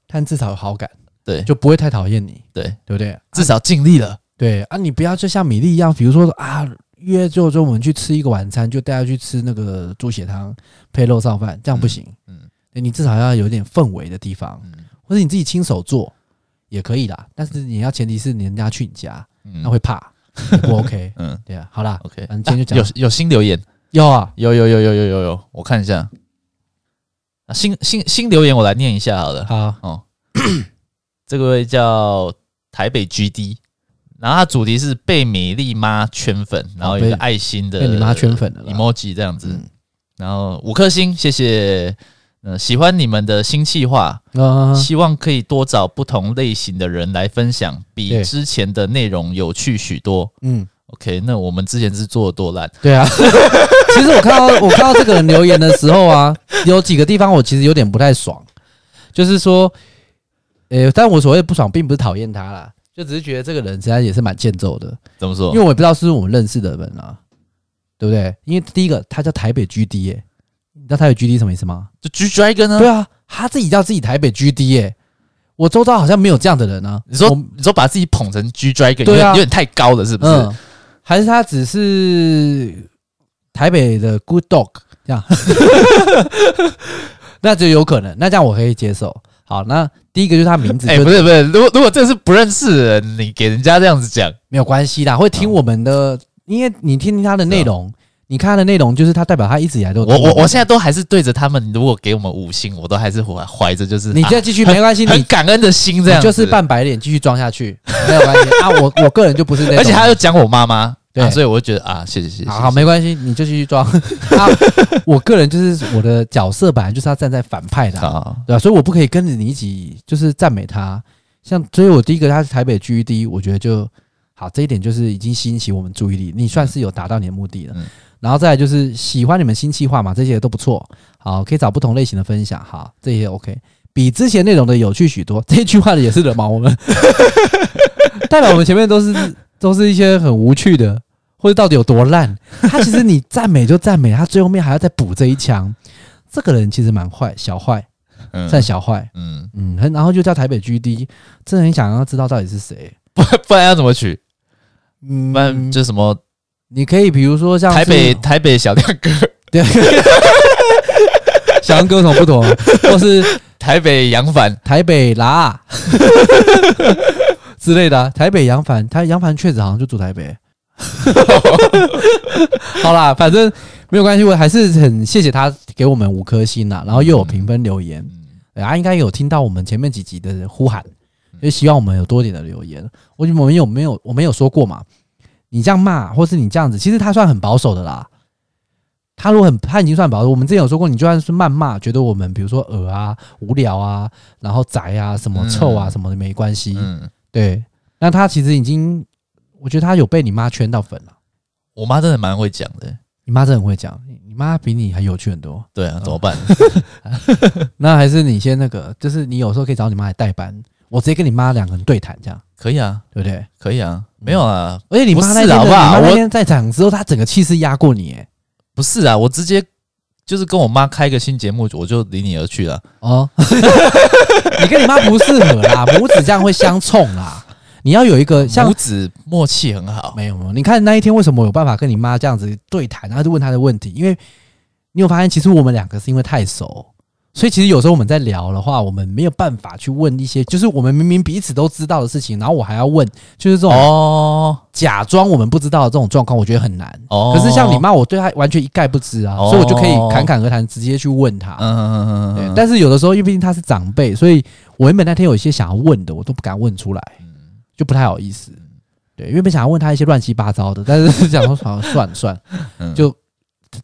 Speaker 2: 但至少有好感，
Speaker 1: 对，
Speaker 2: 就不会太讨厌你，
Speaker 1: 对，
Speaker 2: 对不对？
Speaker 1: 至少尽力了。
Speaker 2: 对啊，你不要就像米粒一样，比如说啊，约就说我们去吃一个晚餐，就带他去吃那个猪血汤配肉臊饭，这样不行。
Speaker 1: 嗯
Speaker 2: 对你至少要有点氛围的地方，
Speaker 1: 嗯
Speaker 2: 或者你自己亲手做也可以啦。但是你要前提是人家去你家，
Speaker 1: 嗯
Speaker 2: 他会怕，也 不 OK。
Speaker 1: 嗯
Speaker 2: 对啊，好啦，
Speaker 1: ，OK，
Speaker 2: 反正今天就讲
Speaker 1: 啊有有新留言，
Speaker 2: 要啊，
Speaker 1: 有有有有有有有，我看一下，啊、新新新留言我来念一下好了。
Speaker 2: 好，
Speaker 1: 哦， 这个位叫台北 GD，然后它主题是被米粒妈圈粉，然后有一个
Speaker 2: 被
Speaker 1: 爱心的
Speaker 2: 被你妈圈粉了啦。
Speaker 1: emoji 这样子，
Speaker 2: 嗯
Speaker 1: 然后五颗星，谢谢。嗯、喜欢你们的新计划，
Speaker 2: 啊，
Speaker 1: 希望可以多找不同类型的人来分享，比
Speaker 2: 对
Speaker 1: 之前的内容有趣许多。
Speaker 2: 嗯，
Speaker 1: OK，那我们之前是做的多烂，
Speaker 2: 对啊。 其实我看到我看到这个人留言的时候啊，有几个地方我其实有点不太爽，就是说，呃，但我所谓不爽，并不是讨厌他啦，就只是觉得这个人实在也是蛮欠揍的，
Speaker 1: 怎么说
Speaker 2: 因为？我也不知道是不是我们认识的人啊。对不对？因为第一个它叫台北 GD 耶、你知道台北 GD 什么意思吗？
Speaker 1: 就 G Dragon 呢
Speaker 2: 对？啊，他自己叫自己台北 GD 耶、我周遭好像没有这样的人啊。
Speaker 1: 你说
Speaker 2: 我
Speaker 1: 你说把自己捧成 G Dragon，有
Speaker 2: 对
Speaker 1: 点
Speaker 2: 啊
Speaker 1: 有点太高了，是不是？
Speaker 2: 嗯，还是他只是台北的 Good Dog 这样， 那就有可能。那这样我可以接受。好，那第一个就是他名字
Speaker 1: 哎，
Speaker 2: 就
Speaker 1: 不是不是，如果如果这是不认识的人，你给人家这样子讲，
Speaker 2: 没有关系啦，会听我们的，因为你听听他的内容，你看他的内容，就是他代表他一直以来都有
Speaker 1: 啊我我
Speaker 2: 听
Speaker 1: 我现在都还是对着他们，如果给我们五星，我都还是怀怀着就是
Speaker 2: 你
Speaker 1: 啊
Speaker 2: 再继续没关系，
Speaker 1: 很
Speaker 2: 你
Speaker 1: 感恩的心这
Speaker 2: 你
Speaker 1: 样子，
Speaker 2: 就是扮白脸继续装下去，没有关系啊。我我个人就不是那种，
Speaker 1: 而且他又讲我妈妈，
Speaker 2: 对
Speaker 1: 啊所以我就觉得啊，谢谢谢谢，
Speaker 2: 好好，
Speaker 1: 谢
Speaker 2: 没关系，你就继续装。啊，我个人就是我的角色本来就是要站在反派的
Speaker 1: 谢
Speaker 2: 啊、
Speaker 1: 好，
Speaker 2: 对啊，所以我不可以跟着你一起就是赞美他。像，所以我第一个他是台北 GED，我觉得就好，这一点就是已经吸引起我们注意力，你算是有达到你的目的了。
Speaker 1: 嗯
Speaker 2: 然后再来就是喜欢你们新计划嘛，这些都不错，好，可以找不同类型的分享，好，这些 OK，比之前内容的有趣许多。 这一句话的也是惹毛我们， 代表我们前面都是都是一些很无趣的，或者到底有多烂。他其实你赞美就赞美，他最后面还要再补这一枪，这个人其实蛮坏，小坏。算
Speaker 1: 嗯
Speaker 2: 小坏，
Speaker 1: 嗯，
Speaker 2: 嗯，很然后就叫台北 GD，真的很想要知道到底是谁。
Speaker 1: 不然要怎么取？
Speaker 2: 嗯
Speaker 1: 不然就什么
Speaker 2: 你可以比如说像是
Speaker 1: 台北台北小亮哥，
Speaker 2: 对， 小杨哥有什么不同，或是
Speaker 1: 台北杨凡，
Speaker 2: 台北啦 之类的啊、台北杨凡，他杨凡确实好像就住台北。 好啦，反正没有关系，我还是很谢谢他给我们五颗星啦，然后又有评分留言，
Speaker 1: 嗯
Speaker 2: 对啊，应该有听到我们前面几集的呼喊，就希望我们有多一点的留言。我我们有没有我们有说过嘛？你这样骂，或是你这样子，其实他算很保守的啦。他如果很他已经算保守，我们之前有说过，你就算是谩骂，觉得我们比如说恶啊、无聊啊，然后宅啊、什么臭啊、
Speaker 1: 嗯
Speaker 2: 什么的没关系。
Speaker 1: 嗯，
Speaker 2: 对，那他其实已经，我觉得他有被你妈圈到粉了。
Speaker 1: 我妈真的蛮会讲的，
Speaker 2: 你妈真的很会讲，你你妈比你还有趣很多。
Speaker 1: 对啊，怎么办？
Speaker 2: 那还是你先那个，就是你有时候可以找你妈来代班，我直接跟你妈两个人对谈这样。
Speaker 1: 可以啊，
Speaker 2: 对不对？
Speaker 1: 可以啊，没有啊，
Speaker 2: 而且你
Speaker 1: 不
Speaker 2: 妈
Speaker 1: 是
Speaker 2: 那天的
Speaker 1: 好不好
Speaker 2: 你妈那
Speaker 1: 我
Speaker 2: 天在场之后，她整个气势压过你耶，
Speaker 1: 不是啊，我直接就是跟我妈开个新节目，我就离你而去了。
Speaker 2: 哦， 你跟你妈不适合 啦，母子这样会相冲啦。你要有一个像
Speaker 1: 母子默契很好，
Speaker 2: 没有没有，你看那一天为什么我有办法跟你妈这样子对谈，然后就问她的问题，因为你有发现，其实我们两个是因为太熟。所以其实有时候我们在聊的话，我们没有办法去问一些，就是我们明明彼此都知道的事情，然后我还要问，就是这种
Speaker 1: 哦
Speaker 2: 假装我们不知道的这种状况，我觉得很难。
Speaker 1: 哦，
Speaker 2: 可是像你，妈，我对她完全一概不知啊，
Speaker 1: 哦
Speaker 2: 所以我就可以侃侃而谈，直接去问她。
Speaker 1: 嗯嗯嗯嗯
Speaker 2: 对
Speaker 1: 嗯，，
Speaker 2: 但是有的时候，因为毕竟她是长辈，所以我原本那天有一些想要问的，我都不敢问出来，
Speaker 1: 嗯
Speaker 2: 就不太好意思。对，原本想要问她一些乱七八糟的，但是想说好算了 算了，
Speaker 1: 嗯
Speaker 2: 就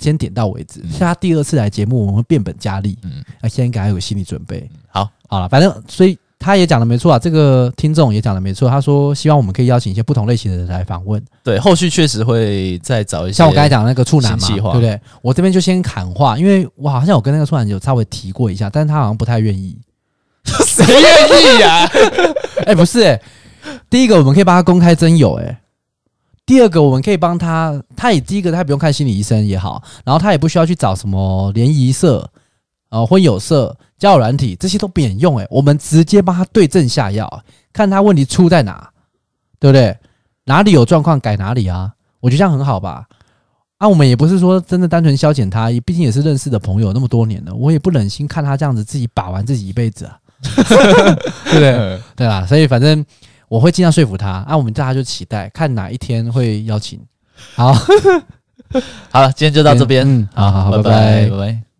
Speaker 2: 先点到为止。
Speaker 1: 嗯
Speaker 2: 像她第二次来节目，我们会变本加厉，
Speaker 1: 嗯
Speaker 2: 啊，先给她有个心理准备。
Speaker 1: 好，
Speaker 2: 好了，反正所以她也讲的没错啊，这个听众也讲的没错，她说希望我们可以邀请一些不同类型的人来访问。
Speaker 1: 对，后续确实会再找一些，
Speaker 2: 像我刚才讲的那个处男嘛，
Speaker 1: 新
Speaker 2: 对
Speaker 1: 计划
Speaker 2: 不对？我这边就先砍话，因为我好像有跟那个处男有稍微提过一下，但是他好像不太愿意。
Speaker 1: 谁愿意啊呀、
Speaker 2: 哎、不是、哎，第一个我们可以帮他公开真友、哎，第二个我们可以帮他，他也第一个他不用看心理医生也好，然后他也不需要去找什么联谊社、呃婚友社、交友软体这些都免用、哎，我们直接帮他对症下药，啊看他问题出在哪，对不对？哪里有状况改哪里啊，我觉得这样很好吧。啊，我们也不是说真的单纯消遣他，也毕竟也是认识的朋友那么多年了，我也不忍心看他这样子自己把玩自己一辈子啊， 对不对？
Speaker 1: 嗯
Speaker 2: 对啦，所以反正我会尽量说服他，啊，我们大家就期待看哪一天会邀请。好，
Speaker 1: 好了，今天就到这边，
Speaker 2: 嗯，好好，好拜
Speaker 1: 拜
Speaker 2: 拜
Speaker 1: 拜拜。